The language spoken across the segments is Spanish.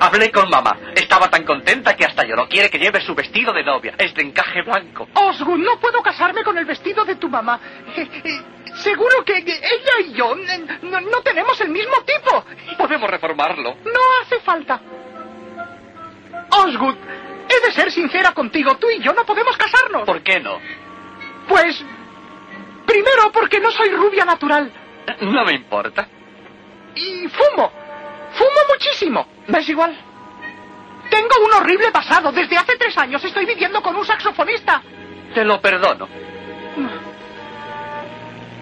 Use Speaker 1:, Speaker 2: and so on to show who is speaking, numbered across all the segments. Speaker 1: Hablé con mamá. Estaba tan contenta que hasta lloró. Quiere que lleve su vestido de novia. Es de encaje blanco.
Speaker 2: Osgood, no puedo casarme con el vestido de tu mamá. Eh, Seguro que ella y yo eh, no, no tenemos el mismo tipo.
Speaker 1: Podemos reformarlo.
Speaker 2: No hace falta. Osgood, he de ser sincera contigo. Tú y yo no podemos casarnos.
Speaker 1: ¿Por qué no?
Speaker 2: Pues... Primero, porque no soy rubia natural.
Speaker 1: No me importa.
Speaker 2: Y fumo. Fumo muchísimo. ¿Me es igual? Tengo un horrible pasado. Desde hace tres años estoy viviendo con un saxofonista.
Speaker 1: Te lo perdono.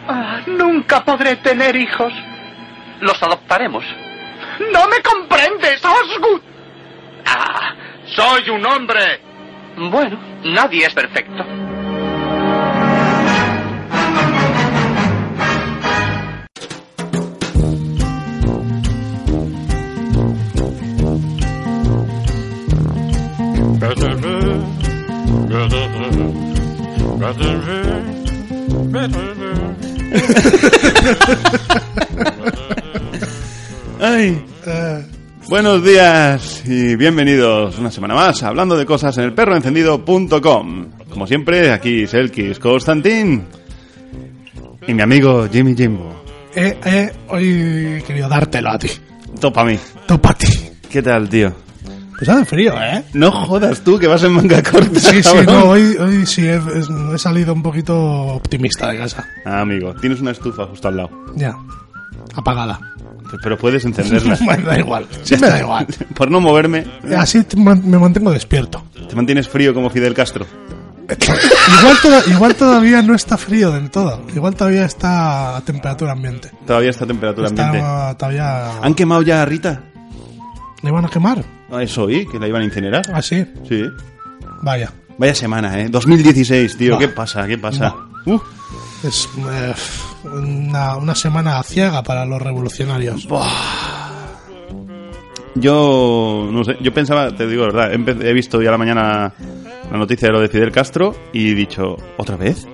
Speaker 2: Ah, nunca podré tener hijos.
Speaker 1: Los adoptaremos.
Speaker 2: No me comprendes, Osgood.
Speaker 1: Ah, soy un hombre. Bueno, nadie es perfecto.
Speaker 3: Ay. Ah. Buenos días y bienvenidos una semana más a hablando de cosas en el perroencendido.com. Como siempre, aquí Selkis Constantín y mi amigo Jimmy Jimbo.
Speaker 4: Eh, eh, hoy he querido dártelo a ti.
Speaker 3: Topa a mí.
Speaker 4: Topa a ti.
Speaker 3: ¿Qué tal, tío?
Speaker 4: Pues hace frío, ¿eh?
Speaker 3: No jodas tú que vas en manga corta.
Speaker 4: Sí, sí,
Speaker 3: cabrón.
Speaker 4: no, hoy, hoy sí he, es- he salido un poquito optimista de casa.
Speaker 3: Ah, amigo, tienes una estufa justo al lado.
Speaker 4: Ya. Apagada.
Speaker 3: Pero puedes encenderla.
Speaker 4: Bueno, da igual. Sí,
Speaker 3: Ya
Speaker 4: me da
Speaker 3: está.
Speaker 4: igual.
Speaker 3: Por no moverme,
Speaker 4: Así te man- me mantengo despierto.
Speaker 3: te mantienes frío como Fidel Castro.
Speaker 4: Igual, toda- igual todavía no está frío del todo. Igual todavía está a temperatura ambiente.
Speaker 3: Todavía está a temperatura ambiente.
Speaker 4: Está todavía.
Speaker 3: ¿Han quemado ya a Rita?
Speaker 4: ¿Le van a quemar?
Speaker 3: Ah, Eso oí, que la iban a incinerar.
Speaker 4: Así.
Speaker 3: Sí.
Speaker 4: Vaya.
Speaker 3: Vaya semana, ¿eh? 2016, tío.
Speaker 4: Buah.
Speaker 3: ¿Qué pasa? ¿Qué pasa? Uh,
Speaker 4: Es eh, una, una semana ciega para los revolucionarios.
Speaker 3: yo, no sé, yo pensaba, te digo la verdad, empe- he visto ya la mañana la noticia de lo de Fidel Castro y he dicho, ¿otra vez?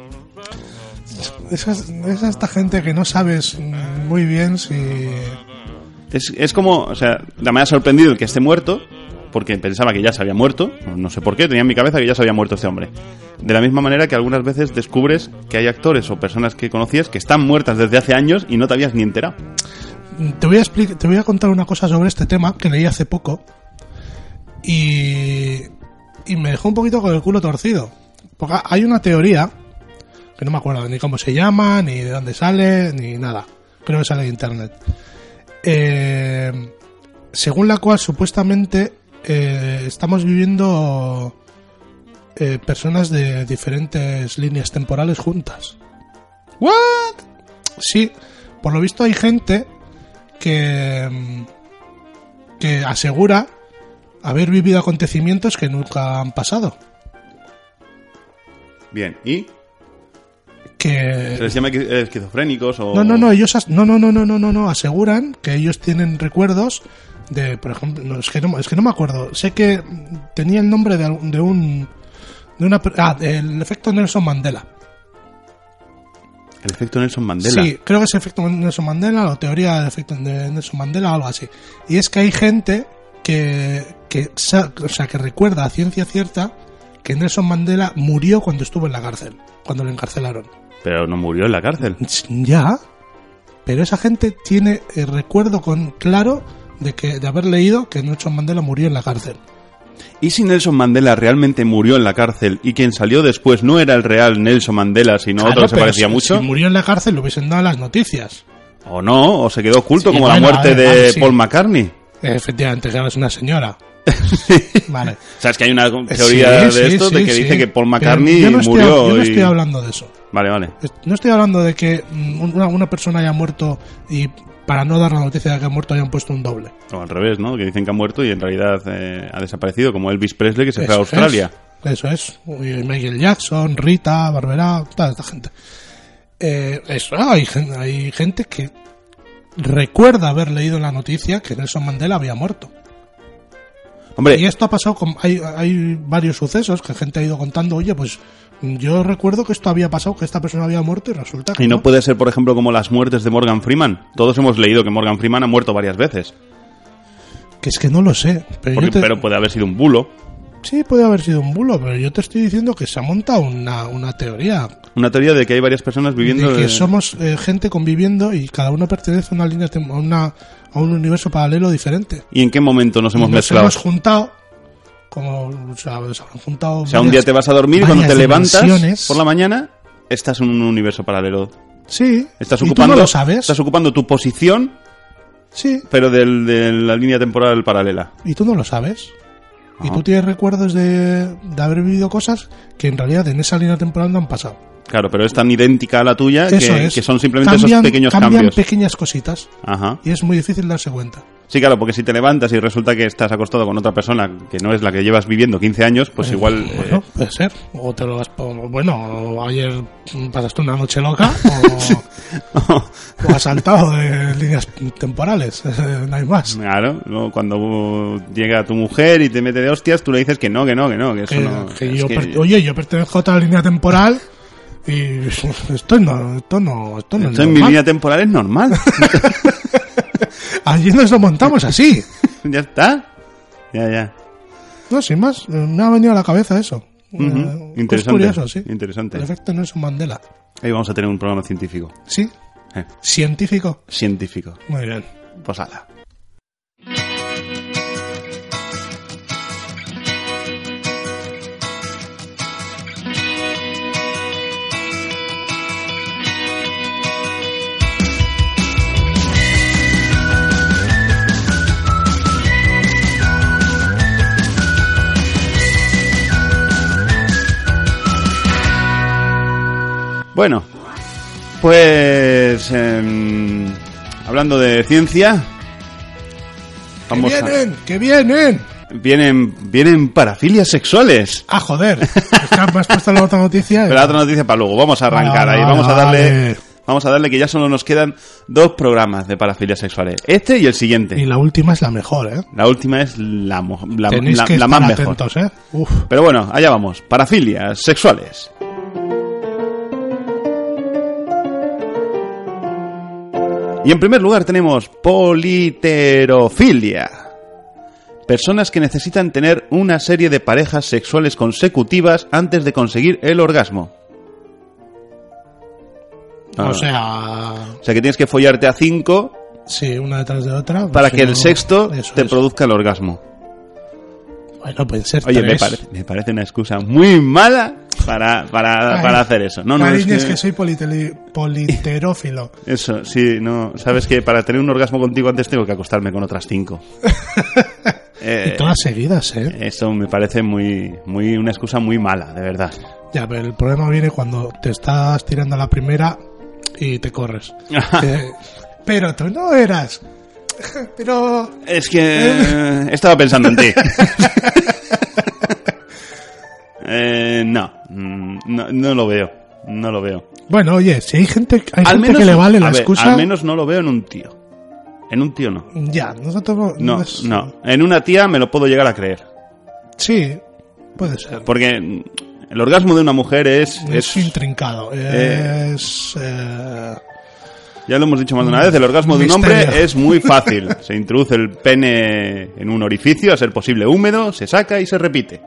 Speaker 4: Es, es esta gente que no sabes mm, muy bien si...
Speaker 3: Es, es como, o sea, la me ha sorprendido el que esté muerto, porque pensaba que ya se había muerto, no sé por qué, tenía en mi cabeza que ya se había muerto este hombre. De la misma manera que algunas veces descubres que hay actores o personas que conocías que están muertas desde hace años y no te habías ni enterado.
Speaker 4: Te voy, a expli- te voy a contar una cosa sobre este tema que leí hace poco y, y me dejó un poquito con el culo torcido. Porque hay una teoría, que no me acuerdo ni cómo se llama, ni de dónde sale, ni nada. Creo que sale de internet. Eh, según la cual supuestamente eh, estamos viviendo eh, personas de diferentes líneas temporales juntas. ¿What? Sí, por lo visto hay gente que, mm, que asegura haber vivido acontecimientos que nunca han pasado.
Speaker 3: Bien, ¿y?
Speaker 4: Eh.
Speaker 3: ¿Se
Speaker 4: Que
Speaker 3: les llama esqui- eh, esquizofrénicos o...?
Speaker 4: no, no, no, ellos as- no, no, no, no, no, no, no, aseguran que ellos tienen recuerdos de, por ejemplo, no, es que no, es que no me acuerdo. Sé que mm, tenía el nombre de, algún- de un de una per- ah, el efecto Nelson Mandela.
Speaker 3: El efecto Nelson Mandela.
Speaker 4: Sí, creo que es el efecto Nelson Mandela o teoría del efecto de Nelson Mandela o algo así. Y es que hay gente que, que, sa- o sea, que recuerda a ciencia cierta que Nelson Mandela murió cuando estuvo en la cárcel, cuando lo encarcelaron.
Speaker 3: Pero no murió en la cárcel.
Speaker 4: Ya, pero esa gente tiene el recuerdo con claro de que de haber leído que Nelson Mandela murió en la cárcel.
Speaker 3: ¿Y si Nelson Mandela realmente murió en la cárcel y quien salió después no era el real Nelson Mandela, sino
Speaker 4: Claro,
Speaker 3: otro que se
Speaker 4: pero
Speaker 3: parecía
Speaker 4: si-
Speaker 3: mucho?
Speaker 4: Si murió en la cárcel lo hubiesen dado en las noticias.
Speaker 3: ¿O no? ¿O se quedó oculto
Speaker 4: Sí,
Speaker 3: como la
Speaker 4: bueno,
Speaker 3: muerte
Speaker 4: a ver,
Speaker 3: de
Speaker 4: vale, sí.
Speaker 3: Paul McCartney?
Speaker 4: Efectivamente, que ahora es una señora. Vale.
Speaker 3: O sea, es que hay una teoría
Speaker 4: Eh, Sí,
Speaker 3: de
Speaker 4: sí,
Speaker 3: esto de
Speaker 4: sí,
Speaker 3: que
Speaker 4: sí.
Speaker 3: dice que Paul
Speaker 4: Pero
Speaker 3: McCartney
Speaker 4: yo no estoy-
Speaker 3: murió
Speaker 4: yo no
Speaker 3: y-
Speaker 4: estoy hablando de eso.
Speaker 3: Vale, vale.
Speaker 4: Es- No estoy hablando de que mm, una, una persona haya muerto y para no dar la noticia de que ha muerto hayan puesto un doble.
Speaker 3: O al revés, ¿no? Que dicen que ha muerto y en realidad eh, ha desaparecido, como Elvis Presley que se fue a
Speaker 4: Eso
Speaker 3: Australia.
Speaker 4: es, eso es. Y Michael Jackson, Rita, Barbera, toda esta gente. Eh, eso, hay, gen- hay gente que recuerda haber leído en la noticia que Nelson Mandela había muerto.
Speaker 3: Hombre,
Speaker 4: Y esto ha pasado con. Hay, hay varios sucesos que gente ha ido contando. Oye, pues yo recuerdo que esto había pasado, que esta persona había muerto y resulta que.
Speaker 3: Y no puede ser, por ejemplo, como las muertes de Morgan Freeman. Todos hemos leído que Morgan Freeman ha muerto varias veces.
Speaker 4: Que es que no lo sé. Pero,
Speaker 3: Porque-
Speaker 4: yo te-
Speaker 3: Pero puede haber sido un bulo,
Speaker 4: Sí, puede haber sido un bulo, pero yo te estoy diciendo que se ha montado una, una teoría.
Speaker 3: una teoría de que hay varias personas viviendo.
Speaker 4: de que
Speaker 3: eh,
Speaker 4: somos eh, gente conviviendo y cada uno pertenece a una línea tem- a, una- a un universo paralelo diferente.
Speaker 3: ¿Y en qué momento nos hemos
Speaker 4: Y nos
Speaker 3: mezclado?
Speaker 4: hemos juntado como o sea, se habrán juntado
Speaker 3: O sea, un día te vas a dormir y cuando te levantas por la mañana estás en un universo paralelo.
Speaker 4: Sí,
Speaker 3: Estás
Speaker 4: y tú
Speaker 3: ocupando,
Speaker 4: no lo sabes.
Speaker 3: Estás ocupando tu posición,
Speaker 4: Sí,
Speaker 3: pero del- de la línea temporal paralela.
Speaker 4: y tú no lo sabes. Y
Speaker 3: Ajá.
Speaker 4: tú tienes recuerdos de, de haber vivido cosas que en realidad en esa línea temporal no han pasado.
Speaker 3: Claro, pero es tan idéntica a la tuya Ah, que,
Speaker 4: Eso es.
Speaker 3: que son simplemente
Speaker 4: Cambian-
Speaker 3: esos pequeños
Speaker 4: cambian
Speaker 3: cambios.
Speaker 4: pequeñas cositas
Speaker 3: Ajá.
Speaker 4: y es muy difícil darse cuenta.
Speaker 3: Sí, claro, porque si te levantas y resulta que estás acostado con otra persona que no es la que llevas viviendo 15 años, pues
Speaker 4: Eh,
Speaker 3: igual... eh,
Speaker 4: bueno, puede ser. O te lo has. o, Bueno, o ayer mm, pasaste una noche loca o,
Speaker 3: eh,
Speaker 4: o has saltado de líneas temporales. no hay más.
Speaker 3: Claro, luego cuando llega tu mujer y te mete de hostias, tú le dices que no, que no, que no, que eso
Speaker 4: Que-
Speaker 3: no.
Speaker 4: que
Speaker 3: es
Speaker 4: yo
Speaker 3: que-
Speaker 4: per- Oye, yo pertenezco a otra línea temporal y esto no, esto no, esto no es
Speaker 3: esto en mi
Speaker 4: normal.
Speaker 3: línea temporal es normal.
Speaker 4: Allí nos lo montamos así.
Speaker 3: ya está. Ya, ya.
Speaker 4: No, sin más, eh, me ha venido a la cabeza eso.
Speaker 3: Ujú.
Speaker 4: Eh, Es
Speaker 3: Mm, Interesante,
Speaker 4: curioso, sí.
Speaker 3: interesante.
Speaker 4: El efecto Nelson Mandela.
Speaker 3: Ahí vamos a tener un programa científico.
Speaker 4: Sí.
Speaker 3: Eh.
Speaker 4: Científico.
Speaker 3: Científico.
Speaker 4: Muy bien.
Speaker 3: Pues ala. Bueno, pues em, hablando de ciencia, vamos
Speaker 4: ¡Que
Speaker 3: a-
Speaker 4: vienen! ¡Que vienen!
Speaker 3: vienen vienen parafilias sexuales.
Speaker 4: Ah, joder. Es que me has puesto la otra noticia.
Speaker 3: Pero la otra noticia para luego. Vamos a arrancar
Speaker 4: Vale,
Speaker 3: ahí. Vamos a darle
Speaker 4: vale.
Speaker 3: vamos a darle que ya solo nos quedan dos programas de parafilias sexuales. Este y el
Speaker 4: Y
Speaker 3: siguiente.
Speaker 4: la última es la mejor, ¿eh?
Speaker 3: La última es la mo- la,
Speaker 4: Tenéis
Speaker 3: la-
Speaker 4: que
Speaker 3: la
Speaker 4: estar
Speaker 3: más mejor.
Speaker 4: atentos, ¿eh? Uf.
Speaker 3: Pero bueno, allá vamos. Parafilias sexuales. Y en primer lugar tenemos politerofilia. Personas que necesitan tener una serie de parejas sexuales consecutivas antes de conseguir el orgasmo. Ah,
Speaker 4: O sea,
Speaker 3: o sea que tienes que follarte a cinco
Speaker 4: sí, una detrás de otra.
Speaker 3: para
Speaker 4: pues,
Speaker 3: que el
Speaker 4: no-
Speaker 3: sexto
Speaker 4: eso
Speaker 3: te
Speaker 4: es.
Speaker 3: produzca el orgasmo.
Speaker 4: Bueno, pueden ser
Speaker 3: Oye, me,
Speaker 4: tres.
Speaker 3: pare- me parece una excusa muy mala para, para,
Speaker 4: Ay,
Speaker 3: para hacer eso. No, no, es
Speaker 4: cariño,
Speaker 3: que,
Speaker 4: es que soy politeli- politerófilo.
Speaker 3: Eso, sí, no. Sabes que para tener un orgasmo contigo antes tengo que acostarme con otras cinco. Eh,
Speaker 4: y todas seguidas, ¿eh?
Speaker 3: Esto me parece muy, muy una excusa muy mala, de verdad.
Speaker 4: Ya, pero el problema viene cuando te estás tirando a la primera y te corres. Eh, pero tú no eras. Pero.
Speaker 3: Es que eh, estaba pensando en ti. Eh, no, mm, no, no lo veo. No lo veo.
Speaker 4: Bueno, oye, si hay gente, hay gente que le vale
Speaker 3: a
Speaker 4: la
Speaker 3: ver,
Speaker 4: excusa.
Speaker 3: al menos no lo veo en un tío. En un tío no.
Speaker 4: Ya, nosotros.
Speaker 3: No,
Speaker 4: es-
Speaker 3: no. En una tía me lo puedo llegar a creer.
Speaker 4: Sí, puede ser.
Speaker 3: Porque mm, el orgasmo de una mujer es. es-
Speaker 4: Es, intrincado.
Speaker 3: eh,
Speaker 4: es. eh,
Speaker 3: ya lo hemos dicho más de una vez, el orgasmo de un
Speaker 4: Misterio.
Speaker 3: hombre es muy fácil. Se introduce el pene en un orificio, a ser posible húmedo, se saca y se repite.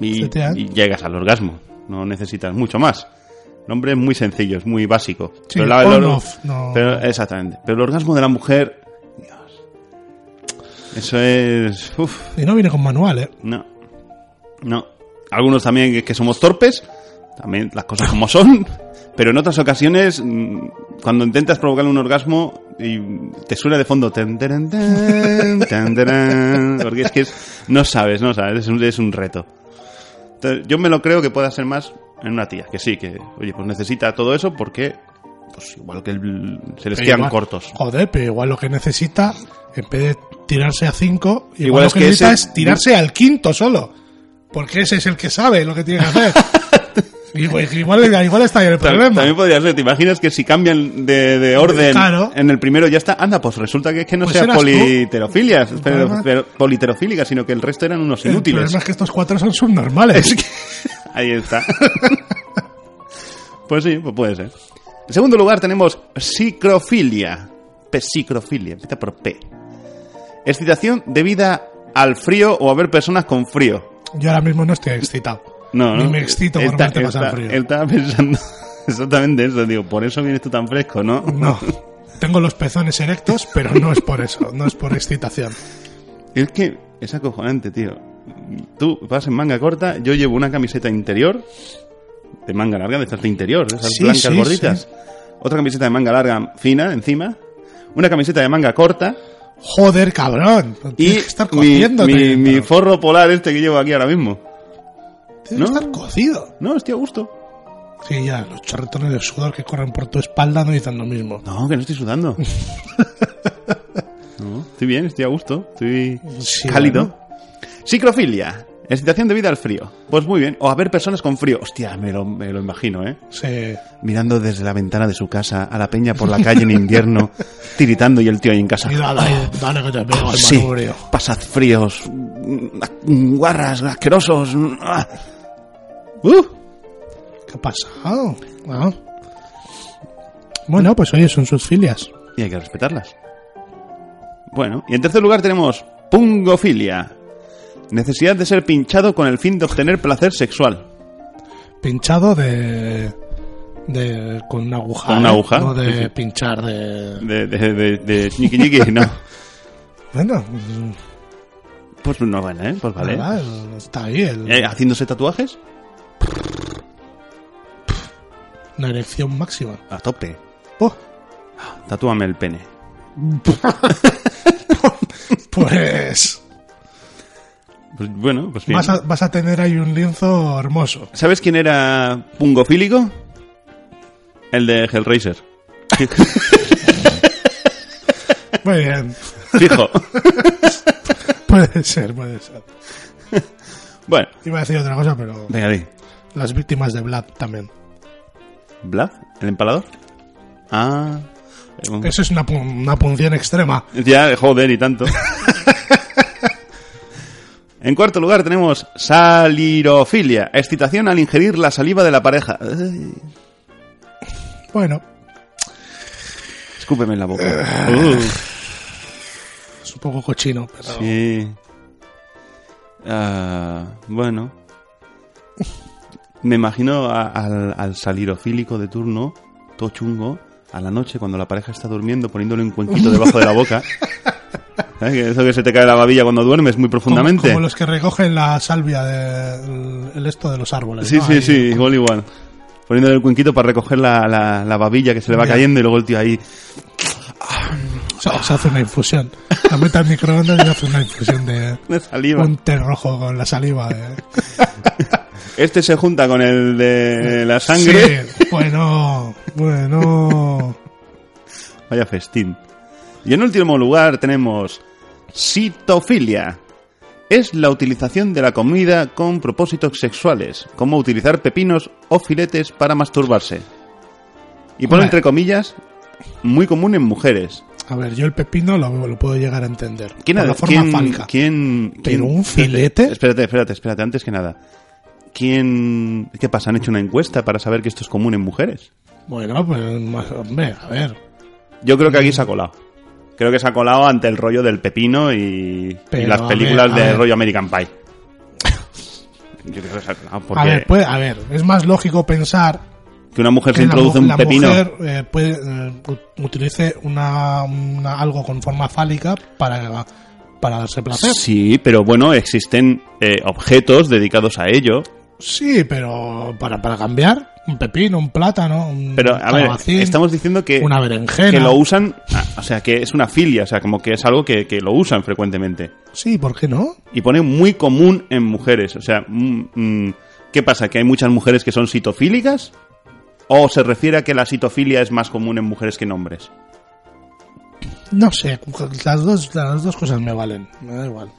Speaker 3: Y,
Speaker 4: Se te ha-
Speaker 3: y llegas al orgasmo. No necesitas mucho más. El hombre es muy sencillo, es muy básico.
Speaker 4: Sí,
Speaker 3: la- el
Speaker 4: on,
Speaker 3: or-
Speaker 4: off, no.
Speaker 3: pero- exactamente. Pero el orgasmo de la mujer. Dios. Eso es. Uf.
Speaker 4: y no viene con manual, ¿eh?
Speaker 3: No. No. Algunos también que- que somos torpes, también las cosas como son, pero en otras ocasiones, mm, cuando intentas provocar un orgasmo, y te suena de fondo, tan, taran, tan, tan, taran, porque es que es- no sabes, no sabes, es un, es un reto. Entonces, yo me lo creo que pueda ser más en una tía, que sí, que, oye, pues necesita todo eso porque pues igual que el- se les quedan
Speaker 4: igual-
Speaker 3: cortos.
Speaker 4: Joder, pero igual lo que necesita, en vez de tirarse a cinco, igual,
Speaker 3: Igual
Speaker 4: lo
Speaker 3: es
Speaker 4: que,
Speaker 3: que
Speaker 4: necesita
Speaker 3: ese-
Speaker 4: es tirarse al quinto solo. Porque ese es el que sabe lo que tiene que hacer. igual, igual, igual está ahí el
Speaker 3: Ta-
Speaker 4: problema.
Speaker 3: También podría ser, ¿te imaginas que si cambian de, de orden
Speaker 4: Claro.
Speaker 3: en el primero ya está? Anda, pues resulta que es que no
Speaker 4: Pues
Speaker 3: sea
Speaker 4: eras tú.
Speaker 3: politerofilias,
Speaker 4: El
Speaker 3: pero-
Speaker 4: problema-
Speaker 3: pero politerofílicas, sino que el resto eran unos
Speaker 4: El
Speaker 3: inútiles.
Speaker 4: problema es que estos cuatro son subnormales.
Speaker 3: Ahí está. pues sí, pues puede ser. En segundo lugar tenemos psicrofilia. Psicrofilia, empieza por P. Excitación debida al frío o a ver personas con frío.
Speaker 4: Yo ahora mismo no estoy excitado.
Speaker 3: No,
Speaker 4: Ni
Speaker 3: no.
Speaker 4: me excito
Speaker 3: Él
Speaker 4: por
Speaker 3: está-
Speaker 4: verte
Speaker 3: él
Speaker 4: pasar
Speaker 3: está-
Speaker 4: frío.
Speaker 3: Él estaba pensando exactamente eso, digo, por eso vienes tú tan fresco, ¿no?
Speaker 4: No. Tengo los pezones erectos, pero no es por eso, no es por excitación.
Speaker 3: Es que es acojonante, tío. Tú vas en manga corta, yo llevo una camiseta interior, de manga larga, de estas de interior, de esas
Speaker 4: Sí,
Speaker 3: blancas
Speaker 4: sí,
Speaker 3: gorditas. Otra camiseta de manga larga fina encima. Una camiseta de manga corta
Speaker 4: Joder, cabrón.
Speaker 3: y
Speaker 4: Tienes que estar
Speaker 3: mi,
Speaker 4: cociendo.
Speaker 3: mi- mi forro polar este que llevo aquí ahora mismo.
Speaker 4: Tienes que
Speaker 3: ¿no?
Speaker 4: estar cocido.
Speaker 3: No, estoy a gusto.
Speaker 4: Sí, ya, los chorretones de sudor que corren por tu espalda no dicen lo mismo.
Speaker 3: No, que no estoy sudando. no, estoy bien, estoy a gusto, estoy
Speaker 4: Sí,
Speaker 3: cálido.
Speaker 4: bueno.
Speaker 3: Psicrofilia, excitación debida al frío. Pues muy bien, o a ver personas con frío. Hostia, me lo, me lo imagino, ¿eh?
Speaker 4: Sí.
Speaker 3: Mirando desde la ventana de su casa a la peña por la calle en invierno, tiritando y el tío ahí en casa.
Speaker 4: Y dale, ahí, dale que te pego el
Speaker 3: Sí,
Speaker 4: manubrio.
Speaker 3: pasad fríos, mm, guarras, asquerosos. mm, ah. ¡Uh!
Speaker 4: ¿Qué ha pasado? Ah. Bueno, pues oye, son sus filias.
Speaker 3: y hay que respetarlas. Bueno, y en tercer lugar tenemos pungofilia. Necesidad de ser pinchado con el fin de obtener placer sexual.
Speaker 4: Pinchado de. de con una aguja.
Speaker 3: Con una
Speaker 4: ¿eh?
Speaker 3: aguja,
Speaker 4: No de
Speaker 3: sí, sí.
Speaker 4: pinchar de.
Speaker 3: De, de, de, de ñiqui ñiqui, no.
Speaker 4: Bueno,
Speaker 3: Pues no, bueno, ¿eh? Pues vale.
Speaker 4: nada, está ahí. el-
Speaker 3: Eh, ¿Haciéndose tatuajes?
Speaker 4: una erección máxima.
Speaker 3: A tope.
Speaker 4: Oh,
Speaker 3: Tatúame el pene.
Speaker 4: pues.
Speaker 3: Pues bueno, pues bien.
Speaker 4: Vas a, vas a tener ahí un lienzo hermoso.
Speaker 3: ¿Sabes quién era pungofílico? El de Hellraiser.
Speaker 4: Muy bien.
Speaker 3: Fijo.
Speaker 4: Puede ser, puede ser.
Speaker 3: bueno,
Speaker 4: Iba a decir otra cosa, pero.
Speaker 3: venga, di.
Speaker 4: Las víctimas de Vlad también.
Speaker 3: ¿Blad? ¿El empalador? Ah.
Speaker 4: Eso es una, pun- una punción extrema.
Speaker 3: Ya, joder, y tanto. en cuarto lugar tenemos salirofilia, excitación al ingerir la saliva de la pareja. Ay,
Speaker 4: Bueno,
Speaker 3: Escúpeme en la boca. Uh,
Speaker 4: es un poco cochino, pero.
Speaker 3: sí. Ah, bueno. Me imagino a- al, al salirofílico de turno, todo chungo, a la noche cuando la pareja está durmiendo, poniéndole un cuenquito debajo de la boca. ¿Sabes? Que Eso que se te cae la babilla cuando duermes muy
Speaker 4: Como-
Speaker 3: profundamente.
Speaker 4: Como, los que recogen la salvia del el esto de los árboles.
Speaker 3: Sí,
Speaker 4: ¿no?
Speaker 3: sí,
Speaker 4: Ahí.
Speaker 3: sí, igual, igual. Poniéndole el cuenquito para recoger la, la, la babilla que se le va
Speaker 4: Ya.
Speaker 3: cayendo y luego el tío ahí.
Speaker 4: Se, se hace una infusión. La mete al microondas y hace una infusión de
Speaker 3: De saliva.
Speaker 4: un té rojo con la saliva. De...
Speaker 3: Este se junta con el de la sangre.
Speaker 4: Sí, bueno, bueno.
Speaker 3: Vaya festín. Y en último lugar tenemos citofilia. Es la utilización de la comida con propósitos sexuales, como utilizar pepinos o filetes para masturbarse. Y pone
Speaker 4: Hombre.
Speaker 3: entre comillas, muy común en mujeres.
Speaker 4: A ver, yo el pepino lo, lo puedo llegar a entender.
Speaker 3: ¿Quién
Speaker 4: Por
Speaker 3: ha-
Speaker 4: la forma
Speaker 3: quién-
Speaker 4: fálica.
Speaker 3: quién- quién-
Speaker 4: Pero un
Speaker 3: espérate,
Speaker 4: filete.
Speaker 3: Espérate, espérate, espérate, antes que nada. ¿Quién. ¿Qué pasa? ¿Han hecho una encuesta para saber que esto es común en mujeres?
Speaker 4: Bueno, pues, más- hombre, a ver.
Speaker 3: Yo creo que aquí se ha colado. Creo que se ha colado ante el rollo del pepino y, y
Speaker 4: Pero,
Speaker 3: las
Speaker 4: a
Speaker 3: películas
Speaker 4: ver, a
Speaker 3: de
Speaker 4: ver.
Speaker 3: rollo American Pie. Yo creo que se ha colado porque
Speaker 4: A ver, puede- a ver, es más lógico pensar
Speaker 3: que una mujer se
Speaker 4: que la
Speaker 3: introduce
Speaker 4: mu-
Speaker 3: un
Speaker 4: la
Speaker 3: pepino.
Speaker 4: mujer eh, puede, eh, ut- utilice una, una- algo con forma fálica para, para darse placer.
Speaker 3: Sí, pero bueno, existen eh, objetos dedicados a ello.
Speaker 4: Sí, pero para, para cambiar, un pepino, un plátano, un
Speaker 3: Pero, a ver,
Speaker 4: calabacín,
Speaker 3: estamos diciendo que
Speaker 4: una berenjena.
Speaker 3: que lo usan, ah, o sea, que es una filia, o sea, como que es algo que, que lo usan frecuentemente.
Speaker 4: Sí, ¿por qué no?
Speaker 3: Y pone muy común en mujeres, o sea, mm, mm, ¿qué pasa? ¿Que hay muchas mujeres que son citofílicas? ¿O se refiere a que la citofilia es más común en mujeres que en hombres?
Speaker 4: No sé, las dos, las dos cosas me valen, me da igual.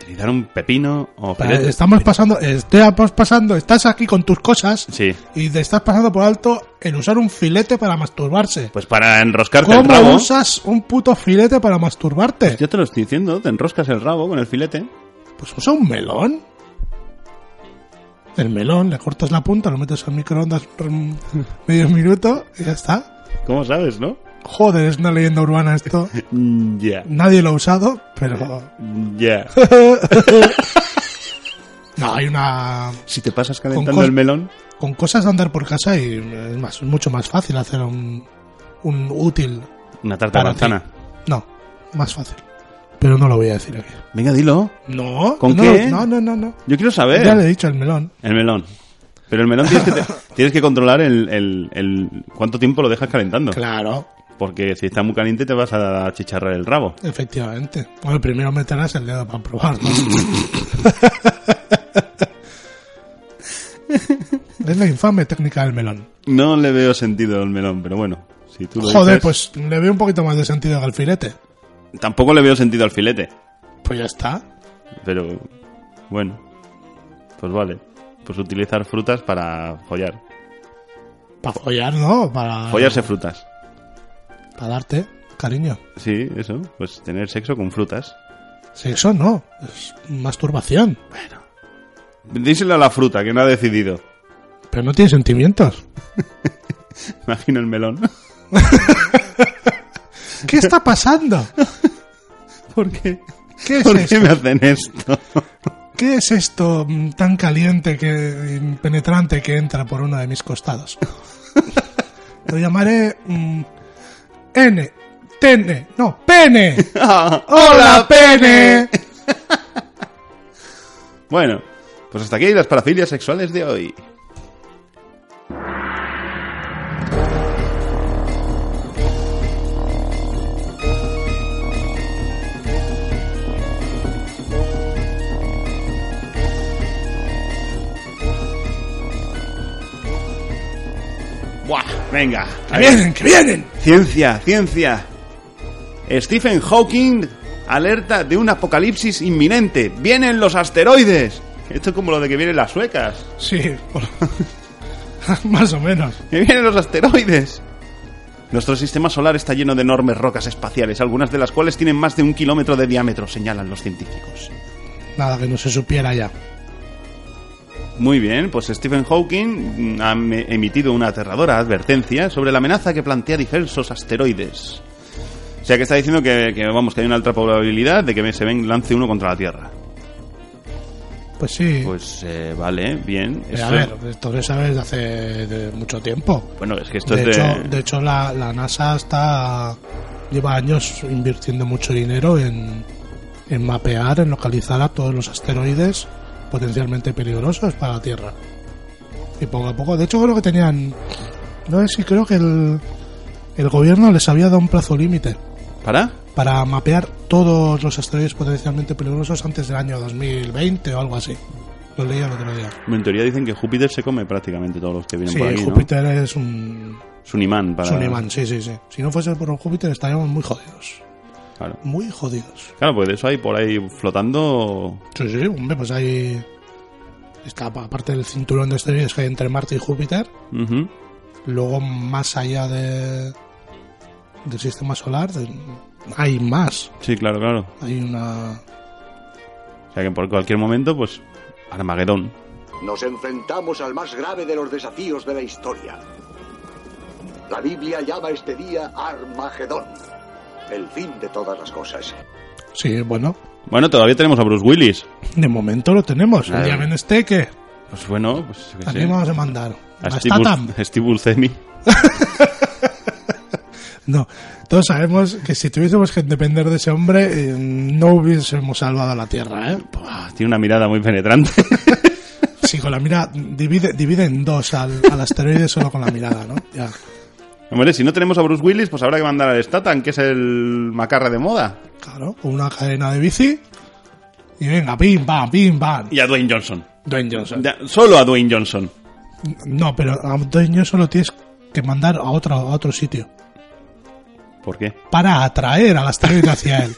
Speaker 3: ¿Utilizar un pepino o
Speaker 4: Pa-
Speaker 3: filete?
Speaker 4: Estamos pasando, estamos pasando, estás aquí con tus cosas
Speaker 3: Sí.
Speaker 4: y te estás pasando por alto el usar un filete para masturbarse.
Speaker 3: Pues para enroscarte el
Speaker 4: ¿Cómo
Speaker 3: rabo.
Speaker 4: usas un puto filete para masturbarte?
Speaker 3: Yo te lo estoy diciendo, te enroscas el rabo con el filete.
Speaker 4: Pues usa un melón. El melón, le cortas la punta, lo metes al microondas mm, medio minuto y ya está.
Speaker 3: ¿Cómo sabes, no?
Speaker 4: Joder, es una leyenda urbana esto.
Speaker 3: Mm, Ya.
Speaker 4: Nadie lo ha usado, pero...
Speaker 3: Mm, Ya.
Speaker 4: No, hay una...
Speaker 3: Si te pasas
Speaker 4: Con
Speaker 3: calentando
Speaker 4: cos-
Speaker 3: el melón,
Speaker 4: Con cosas de andar por casa y es más, es mucho más fácil hacer un, un útil.
Speaker 3: una tarta de
Speaker 4: Para ti.
Speaker 3: manzana.
Speaker 4: No, más fácil. Pero no lo voy a decir aquí.
Speaker 3: Venga, dilo.
Speaker 4: No,
Speaker 3: ¿Con
Speaker 4: no,
Speaker 3: qué?
Speaker 4: No, no, no, no.
Speaker 3: Yo quiero
Speaker 4: Ya le he
Speaker 3: saber.
Speaker 4: dicho el melón.
Speaker 3: El melón. Pero el melón tienes que, te- tienes que controlar el, el- el- cuánto tiempo lo dejas calentando.
Speaker 4: Claro,
Speaker 3: Porque si está muy caliente te vas a chicharrar el rabo.
Speaker 4: efectivamente. Bueno, primero meterás el dedo para probar. ¿no? es la infame técnica del melón.
Speaker 3: No le veo sentido al melón, pero bueno. Si tú lo
Speaker 4: Joder,
Speaker 3: dices-
Speaker 4: pues le veo un poquito más de sentido que al filete.
Speaker 3: Tampoco le veo sentido al filete.
Speaker 4: Pues ya está.
Speaker 3: Pero bueno, pues vale. Pues utilizar frutas para follar.
Speaker 4: Para follar, ¿no? Para,
Speaker 3: Follarse frutas.
Speaker 4: para darte cariño.
Speaker 3: Sí, eso. Pues tener sexo con frutas.
Speaker 4: Sexo no, es masturbación.
Speaker 3: Díselo a la fruta, que no ha decidido.
Speaker 4: Pero no tiene sentimientos.
Speaker 3: Imagino el melón.
Speaker 4: ¿Qué está pasando?
Speaker 3: ¿Por qué?
Speaker 4: ¿Qué es
Speaker 3: ¿Por qué
Speaker 4: esto?
Speaker 3: me hacen esto?
Speaker 4: ¿Qué es esto mm, tan caliente que mm, penetrante que entra por uno de mis costados? Lo llamaré mm, N, Tene, no, Pene. Hola, Pene.
Speaker 3: Bueno, pues hasta aquí las parafilias sexuales de hoy. Buah, venga.
Speaker 4: Que vienen, que vienen.
Speaker 3: Ciencia, ciencia. Stephen Hawking alerta de un apocalipsis inminente. Vienen los asteroides. Esto es como lo de que vienen las suecas.
Speaker 4: Sí, más o menos.
Speaker 3: Que vienen los asteroides. Nuestro sistema solar está lleno de enormes rocas espaciales, algunas de las cuales tienen más de un kilómetro de diámetro, señalan los científicos.
Speaker 4: Nada que no se supiera ya.
Speaker 3: Muy bien, pues Stephen Hawking mm, ha me- emitido una aterradora advertencia sobre la amenaza que plantea diversos asteroides. O sea que está diciendo que, que, vamos, que hay una alta probabilidad de que se ven, lance uno contra la Tierra.
Speaker 4: Pues sí.
Speaker 3: Pues eh, vale, bien.
Speaker 4: Eh, a
Speaker 3: Esto-
Speaker 4: ver, esto lo sabes de hace de mucho tiempo.
Speaker 3: Bueno, es que esto
Speaker 4: De
Speaker 3: es de...
Speaker 4: hecho, de hecho la, la NASA está lleva años invirtiendo mucho dinero en, en mapear, en localizar a todos los asteroides potencialmente peligrosos para la Tierra. Y poco a poco, de hecho creo que tenían, no sé si creo que el, el gobierno les había dado un plazo límite
Speaker 3: ¿Para?
Speaker 4: para mapear todos los asteroides potencialmente peligrosos antes del año 2020 o algo así. Lo leía el otro día.
Speaker 3: En teoría dicen que Júpiter se come prácticamente todos los que vienen
Speaker 4: Sí,
Speaker 3: por aquí, ¿no?
Speaker 4: Júpiter es un,
Speaker 3: Es un imán para...
Speaker 4: Es un imán, sí, sí, sí. Si no fuese por Júpiter estaríamos muy jodidos.
Speaker 3: Claro.
Speaker 4: Muy jodidos.
Speaker 3: Claro, pues de eso hay por ahí flotando...
Speaker 4: Sí, sí, hombre, pues hay... Está aparte del cinturón de asteroides que hay entre Marte y Júpiter.
Speaker 3: Ujú.
Speaker 4: Luego, más allá de, del sistema solar, de- hay más.
Speaker 3: Sí, claro, claro.
Speaker 4: Hay una...
Speaker 3: O sea que por cualquier momento, pues... Armagedón.
Speaker 5: Nos enfrentamos al más grave de los desafíos de la historia. La Biblia llama este día Armagedón, el fin de todas las cosas.
Speaker 4: Sí, bueno,
Speaker 3: Bueno, todavía tenemos a Bruce Willis.
Speaker 4: de momento lo tenemos.
Speaker 3: Claro.
Speaker 4: Ya ven este que...
Speaker 3: Pues bueno, pues... yo qué
Speaker 4: ¿A
Speaker 3: sé.
Speaker 4: quién vamos a mandar?
Speaker 3: A
Speaker 4: ¿A
Speaker 3: Steve, Bus-
Speaker 4: Statham?
Speaker 3: a Steve Buscemi.
Speaker 4: No, todos sabemos que si tuviésemos que depender de ese hombre, eh, no hubiésemos salvado a la Tierra, ¿eh?
Speaker 3: Buah, tiene una mirada muy penetrante.
Speaker 4: Sí, con la mirada. Divide, divide en dos al, al asteroide solo con la mirada, ¿no? Ya.
Speaker 3: Hombre, si no tenemos a Bruce Willis, pues habrá que mandar al Statham, que es el macarra de moda.
Speaker 4: Claro, con una cadena de bici. Y venga, pim, pam, pim, pam.
Speaker 3: Y a Dwayne Johnson.
Speaker 4: Dwayne Johnson.
Speaker 3: Ya, solo a Dwayne Johnson.
Speaker 4: No, pero a un dueño solo tienes que mandar a otro, a otro sitio
Speaker 3: ¿Por qué?
Speaker 4: para atraer a las tarjetas hacia él.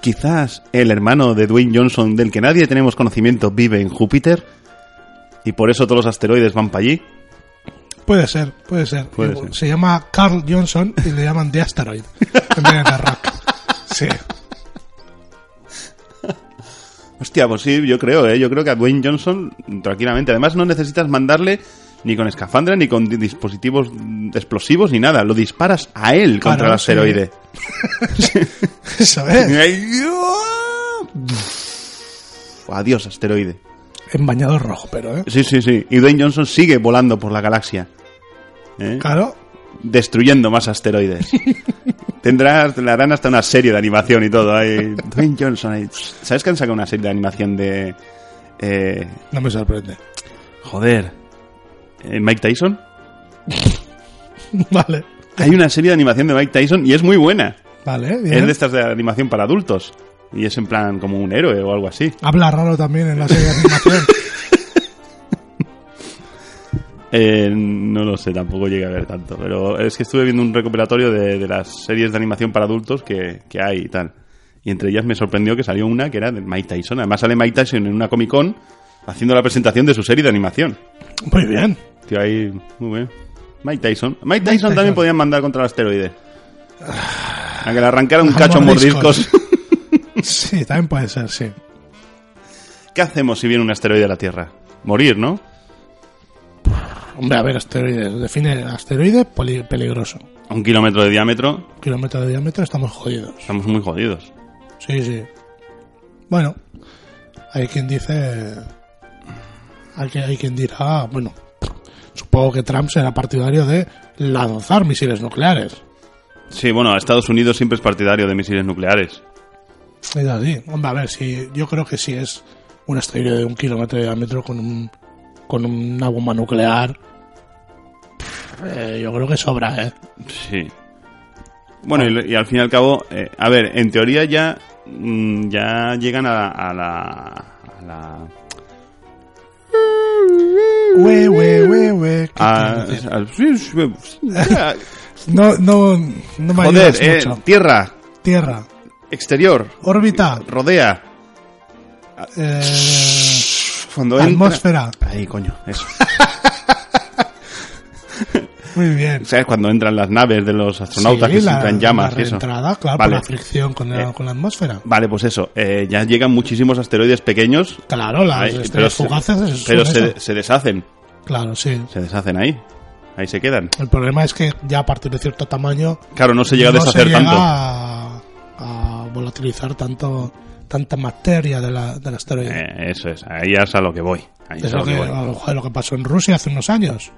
Speaker 3: Quizás el hermano de Dwayne Johnson, del que nadie tenemos conocimiento, vive en Júpiter y por eso todos los asteroides van para allí.
Speaker 4: Puede ser, puede ser.
Speaker 3: Puede
Speaker 4: se
Speaker 3: ser.
Speaker 4: llama Carl Johnson y le llaman The Asteroid en vez de The Rock. Sí.
Speaker 3: Hostia, pues sí, yo creo, ¿eh? Yo creo que a Dwayne Johnson, tranquilamente. Además, no necesitas mandarle ni con escafandra, ni con di- dispositivos mm, explosivos, ni nada. Lo disparas a él contra
Speaker 4: Claro,
Speaker 3: el asteroide.
Speaker 4: Eso es.
Speaker 3: Ay, ¡ah! Adiós, asteroide.
Speaker 4: En bañador rojo, pero, ¿eh?
Speaker 3: Sí, sí, sí. Y Dwayne Johnson sigue volando por la galaxia. ¿eh?
Speaker 4: Claro.
Speaker 3: Destruyendo más asteroides. Tendrás, le harán hasta una serie de animación y todo. ahí. Dwayne Johnson. ahí. ¿Sabes que han sacado una serie de animación de. eh,
Speaker 4: No me sorprende.
Speaker 3: Joder. ¿Eh, ¿Mike Tyson?
Speaker 4: Vale.
Speaker 3: Hay una serie de animación de Mike Tyson y es muy buena.
Speaker 4: Vale,
Speaker 3: Es
Speaker 4: bien.
Speaker 3: de estas de animación para adultos. Y es en plan como un héroe o algo así.
Speaker 4: Habla raro también en la serie de animación.
Speaker 3: Eh, no lo sé, tampoco llegué a ver tanto. Pero es que estuve viendo un recuperatorio de, de las series de animación para adultos que, que hay y tal. Y entre ellas me sorprendió que salió una que era de Mike Tyson. Además sale Mike Tyson en una Comic Con haciendo la presentación de su serie de animación.
Speaker 4: Muy bien.
Speaker 3: Tío, ahí... Muy bien. Mike Tyson. Mike Tyson,
Speaker 4: Tyson.
Speaker 3: también podían mandar contra el asteroide. A que le arrancara un cacho a
Speaker 4: mordiscos.
Speaker 3: mordiscos.
Speaker 4: Sí, también puede ser, sí.
Speaker 3: ¿Qué hacemos si viene un asteroide a la Tierra? Morir, ¿no?
Speaker 4: Hombre, a ver, asteroides. Define asteroide poli- peligroso.
Speaker 3: A un kilómetro de diámetro
Speaker 4: Kilómetro de diámetro, estamos jodidos.
Speaker 3: estamos muy jodidos.
Speaker 4: Sí, sí. Bueno, hay quien dice. Hay, que- hay quien dirá, bueno, supongo que Trump será partidario de lanzar misiles nucleares.
Speaker 3: Sí, bueno, Estados Unidos siempre es partidario de misiles nucleares.
Speaker 4: Es así. Hombre, a ver, si, yo creo que si es un asteroide de un kilómetro de diámetro con, un, con una bomba nuclear, pff, eh, yo creo que sobra, ¿eh?
Speaker 3: Sí. Bueno, y, y al fin y al cabo, eh, a ver, en teoría ya, mm, ya llegan a, a la... a la-
Speaker 4: Ue, ue, ue, ue. ¿Qué
Speaker 3: a-
Speaker 4: quiero decir?
Speaker 3: a- sí, sí, sí, ya.
Speaker 4: No, no, no me
Speaker 3: Joder,
Speaker 4: ayudas
Speaker 3: eh,
Speaker 4: mucho.
Speaker 3: tierra,
Speaker 4: Tierra,
Speaker 3: exterior,
Speaker 4: órbita,
Speaker 3: rodea,
Speaker 4: eh,
Speaker 3: cuando entra-
Speaker 4: atmósfera.
Speaker 3: Ahí, coño, eso.
Speaker 4: Muy bien.
Speaker 3: ¿Sabes? Cuando entran las naves de los astronautas
Speaker 4: Sí,
Speaker 3: que se
Speaker 4: la-
Speaker 3: entran en llamas
Speaker 4: la
Speaker 3: y eso.
Speaker 4: reentrada, claro,
Speaker 3: Vale.
Speaker 4: por la fricción con la,
Speaker 3: Eh.
Speaker 4: con la atmósfera.
Speaker 3: Vale, pues eso. eh, ya llegan muchísimos asteroides pequeños.
Speaker 4: Claro, las
Speaker 3: Ahí,
Speaker 4: estrellas
Speaker 3: se-
Speaker 4: fugaces es-
Speaker 3: pero
Speaker 4: son
Speaker 3: se,
Speaker 4: eso.
Speaker 3: se deshacen.
Speaker 4: Claro, sí.
Speaker 3: Se deshacen ahí. Ahí se quedan.
Speaker 4: El problema es que ya a partir de cierto tamaño
Speaker 3: Claro, no se llega
Speaker 4: no
Speaker 3: a
Speaker 4: se
Speaker 3: deshacer
Speaker 4: llega
Speaker 3: tanto.
Speaker 4: a, a volatilizar tanto tanta materia de la, del asteroide.
Speaker 3: Eh, eso es. Ahí es a lo que voy. Ahí es,
Speaker 4: es
Speaker 3: a
Speaker 4: lo
Speaker 3: lo
Speaker 4: que,
Speaker 3: que voy.
Speaker 4: joder, lo que pasó en Rusia hace unos años.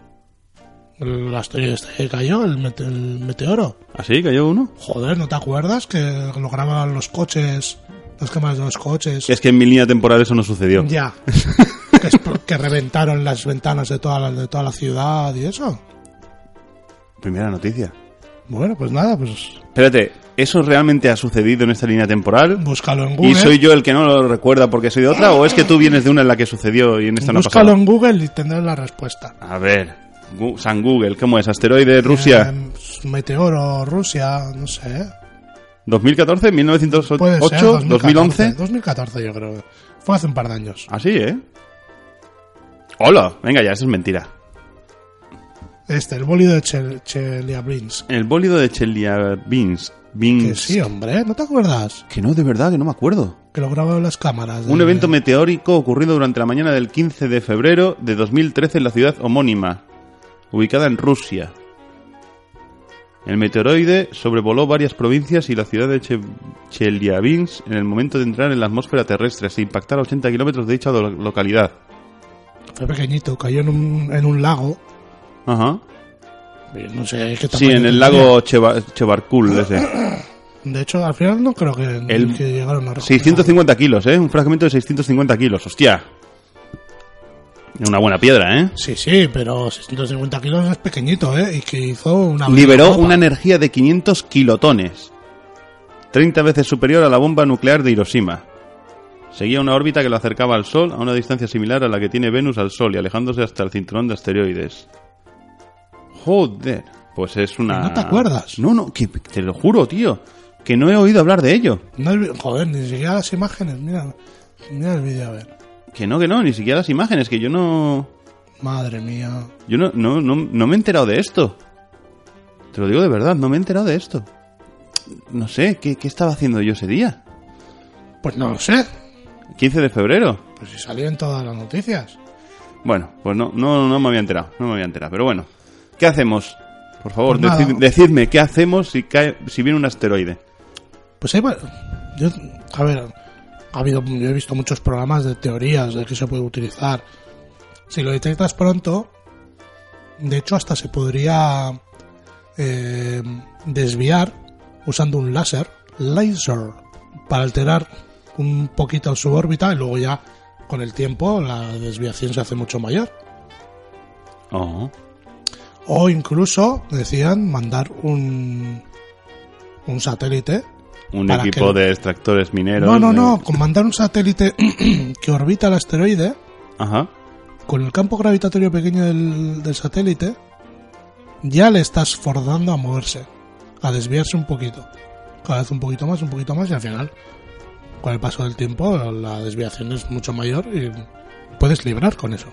Speaker 4: El asteroide este que cayó, el, mete- el meteoro.
Speaker 3: ¿Así? ¿Cayó uno?
Speaker 4: Joder, ¿no te acuerdas que lo grababan los coches, las cámaras de los coches?
Speaker 3: Es que en mi línea temporal eso no sucedió.
Speaker 4: Ya. que, es porque reventaron las ventanas de toda, la, de toda la ciudad y eso.
Speaker 3: Primera noticia.
Speaker 4: Bueno, pues nada, pues
Speaker 3: Espérate, ¿eso realmente ha sucedido en esta línea temporal?
Speaker 4: búscalo en Google.
Speaker 3: ¿Y soy yo el que no lo recuerda porque soy de otra? ¿O es que tú vienes de una en la que sucedió y en esta no ha
Speaker 4: búscalo
Speaker 3: pasado?
Speaker 4: en Google y tendrás la respuesta.
Speaker 3: A ver, Gu- San Google, ¿cómo es? ¿Asteroide Rusia?
Speaker 4: Eh, meteoro, Rusia, no sé. ¿eh?
Speaker 3: ¿2014? ¿1908?
Speaker 4: Puede ser.
Speaker 3: 2011?
Speaker 4: 2014, yo creo. Fue hace un par de años.
Speaker 3: Así, ¿eh? Hola, venga ya, eso es mentira.
Speaker 4: Este, el bólido de Chel- Chelyabinsk.
Speaker 3: El bólido de Chelyabinsk. Binsk.
Speaker 4: Que sí, hombre, ¿no te acuerdas?
Speaker 3: Que no, de verdad, que no me acuerdo.
Speaker 4: Que lo grabaron las cámaras.
Speaker 3: Un
Speaker 4: de-
Speaker 3: evento meteórico ocurrido durante la mañana del 15 de febrero de 2013 en la ciudad homónima, ubicada en Rusia. El meteoroide sobrevoló varias provincias y la ciudad de Che- Chelyabinsk en el momento de entrar en la atmósfera terrestre, sin impactar a 80 kilómetros de dicha lo- localidad.
Speaker 4: Fue pequeñito, cayó en un, en un lago.
Speaker 3: Ajá.
Speaker 4: No sé
Speaker 3: Sí,
Speaker 4: qué tamaño
Speaker 3: en el
Speaker 4: tenía.
Speaker 3: lago Cheva- Chebarkul, ese.
Speaker 4: De hecho, al final no creo que,
Speaker 3: El-
Speaker 4: que llegaron a recuperar.
Speaker 3: 650 kilos, ¿eh? Un fragmento de 650 kilos, hostia. Una buena piedra, ¿eh?
Speaker 4: Sí, sí, pero 650 kilos es pequeñito, ¿eh? Y que hizo una...
Speaker 3: liberó
Speaker 4: bomba.
Speaker 3: una energía de 500 kilotones, 30 veces superior a la bomba nuclear de Hiroshima. Seguía una órbita que lo acercaba al Sol a una distancia similar a la que tiene Venus al Sol y alejándose hasta el cinturón de asteroides. Joder, pues es una...
Speaker 4: ¿No te acuerdas?
Speaker 3: No, no, que- te lo juro, tío, que no he oído hablar de ello.
Speaker 4: No, el vi- joder, ni siquiera las imágenes. Mira, mira el vídeo, a ver.
Speaker 3: Que no, que no, ni siquiera las imágenes, que yo no...
Speaker 4: Madre mía.
Speaker 3: Yo no, no, no, no me he enterado de esto. Te lo digo de verdad, no me he enterado de esto. No sé, ¿qué, qué estaba haciendo yo ese día?
Speaker 4: Pues no lo sé.
Speaker 3: 15 de febrero.
Speaker 4: Pues si salió en todas las noticias.
Speaker 3: Bueno, pues no, no, no me había enterado, no me había enterado. Pero bueno, ¿qué hacemos? Por favor,
Speaker 4: Pues nada.
Speaker 3: decid- decidme, ¿qué hacemos si, cae, si viene un asteroide?
Speaker 4: Pues hay. va- Yo, a ver, ha habido, yo he visto muchos programas de teorías de que se puede utilizar. Si lo detectas pronto, de hecho, hasta se podría eh, desviar usando un láser, laser, para alterar un poquito su órbita y luego ya con el tiempo la desviación se hace mucho mayor.
Speaker 3: Oh,
Speaker 4: O incluso decían mandar un, un satélite
Speaker 3: un
Speaker 4: Para
Speaker 3: equipo
Speaker 4: que-
Speaker 3: de extractores mineros.
Speaker 4: No, no,
Speaker 3: de-
Speaker 4: no, con mandar un satélite que orbita el asteroide,
Speaker 3: Ajá.
Speaker 4: con el campo gravitatorio pequeño del, del satélite, ya le estás forzando a moverse, a desviarse un poquito. Cada vez un poquito más, un poquito más, y al final, con el paso del tiempo, la desviación es mucho mayor y puedes librar con eso.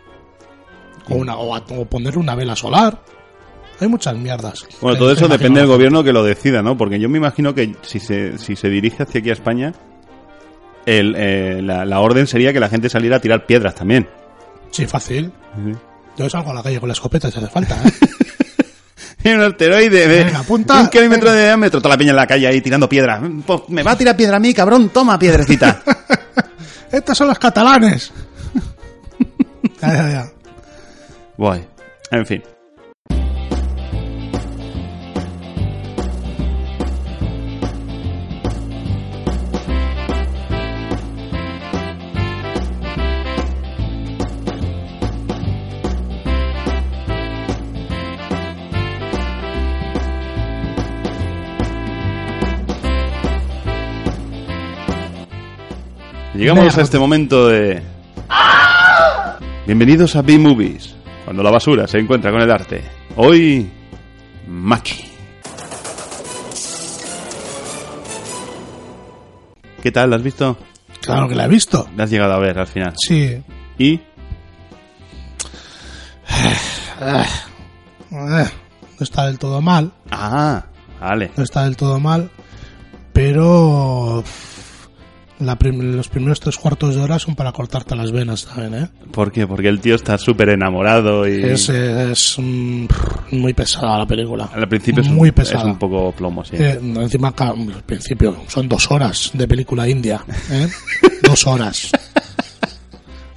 Speaker 4: O, una, o, a- o poner una vela solar. Hay muchas mierdas.
Speaker 3: Bueno,
Speaker 4: Que
Speaker 3: todo
Speaker 4: no te
Speaker 3: eso depende
Speaker 4: imaginas.
Speaker 3: del gobierno que lo decida, ¿no? Porque yo me imagino que si se, si se dirige hacia aquí a España, el, eh, la, la orden sería que la gente saliera a tirar piedras también.
Speaker 4: Sí, fácil.
Speaker 3: Sí.
Speaker 4: Yo salgo a la calle con la escopeta si hace falta. ¿eh?
Speaker 3: Tiene un asteroide de
Speaker 4: Venga, apunta.
Speaker 3: un kilómetro de diámetro, toda la peña en la calle ahí tirando piedra. Po- Me va a tirar piedra a mí, cabrón, toma piedrecita.
Speaker 4: Estos son los catalanes. ya, ya, ya.
Speaker 3: Voy. En fin. Llegamos a este momento de Bienvenidos a B-Movies, cuando la basura se encuentra con el arte. Hoy, Maki. ¿Qué tal? ¿La has visto?
Speaker 4: Claro que la he visto.
Speaker 3: La has llegado a ver al final.
Speaker 4: Sí.
Speaker 3: Y
Speaker 4: Eh, no está del todo mal.
Speaker 3: Ah, vale.
Speaker 4: No está del todo mal. Pero. pff, la prim- los primeros tres cuartos de hora son para cortarte las venas también, ¿eh?
Speaker 3: ¿Por qué? Porque el tío está súper enamorado y...
Speaker 4: Es, eh, es, mm, pff, muy pesada la película.
Speaker 3: Al principio es, un,
Speaker 4: muy
Speaker 3: es
Speaker 4: pesada.
Speaker 3: un poco plomo, sí.
Speaker 4: Eh, no, encima, ca- al principio, son dos horas de película india. ¿eh? dos horas.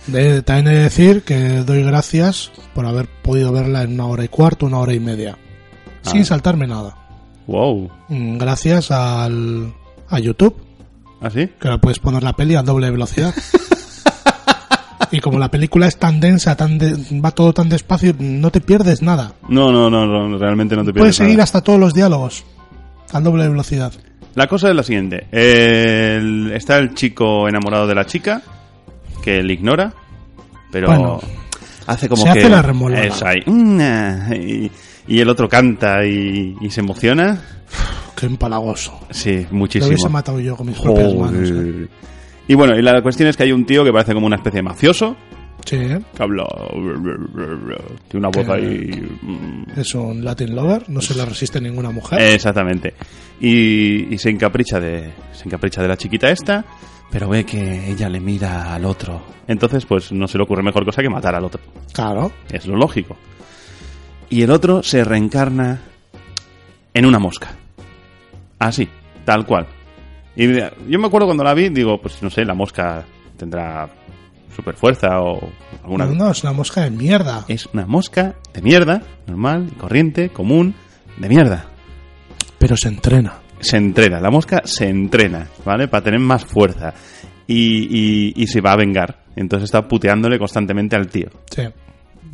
Speaker 4: De- también he de decir que doy gracias por haber podido verla en una hora y cuarto, una hora y media.
Speaker 3: Ah.
Speaker 4: Sin saltarme nada.
Speaker 3: Wow.
Speaker 4: Mm, Gracias al, a YouTube,
Speaker 3: ¿Ah, sí?
Speaker 4: que ahora puedes poner la peli a doble velocidad. y como la película es tan densa, tan de- va todo tan despacio, no te pierdes nada.
Speaker 3: No, no, no, no, realmente no te
Speaker 4: Puedes
Speaker 3: pierdes
Speaker 4: seguir
Speaker 3: nada.
Speaker 4: hasta todos los diálogos a doble velocidad.
Speaker 3: La cosa es la siguiente. El- está el chico enamorado de la chica, que le ignora, pero
Speaker 4: Bueno,
Speaker 3: hace como
Speaker 4: se
Speaker 3: que...
Speaker 4: hace la remolona.
Speaker 3: Eso ahí. Mm, ah, Y, y el otro canta y, y se emociona.
Speaker 4: Qué empalagoso.
Speaker 3: Sí,
Speaker 4: Lo hubiese
Speaker 3: muchísimo.
Speaker 4: matado yo con mis propias manos. ¿eh?
Speaker 3: Joder. Y bueno, y la cuestión es que hay un tío que parece como una especie de mafioso,
Speaker 4: Sí, ¿eh?
Speaker 3: que habla... Tiene una voz
Speaker 4: Que-
Speaker 3: ahí... mm,
Speaker 4: es un Latin lover, no se le resiste ninguna mujer.
Speaker 3: Eh, Exactamente. Y, y se encapricha de se encapricha de la chiquita esta, pero ve que ella le mira al otro. Entonces, pues no se le ocurre mejor cosa que matar al otro.
Speaker 4: Claro,
Speaker 3: Es lo lógico. Y el otro se reencarna en una mosca. Así, tal cual. Y mira, yo me acuerdo cuando la vi, digo, pues no sé, la mosca tendrá super fuerza o alguna
Speaker 4: no, no, es una mosca de mierda.
Speaker 3: Es una mosca de mierda, normal, corriente, común, de mierda
Speaker 4: Pero se entrena.
Speaker 3: se entrena, la mosca se entrena, ¿vale? Para tener más fuerza. Y, y- y se va a vengar. Entonces está puteándole constantemente al tío.
Speaker 4: Sí,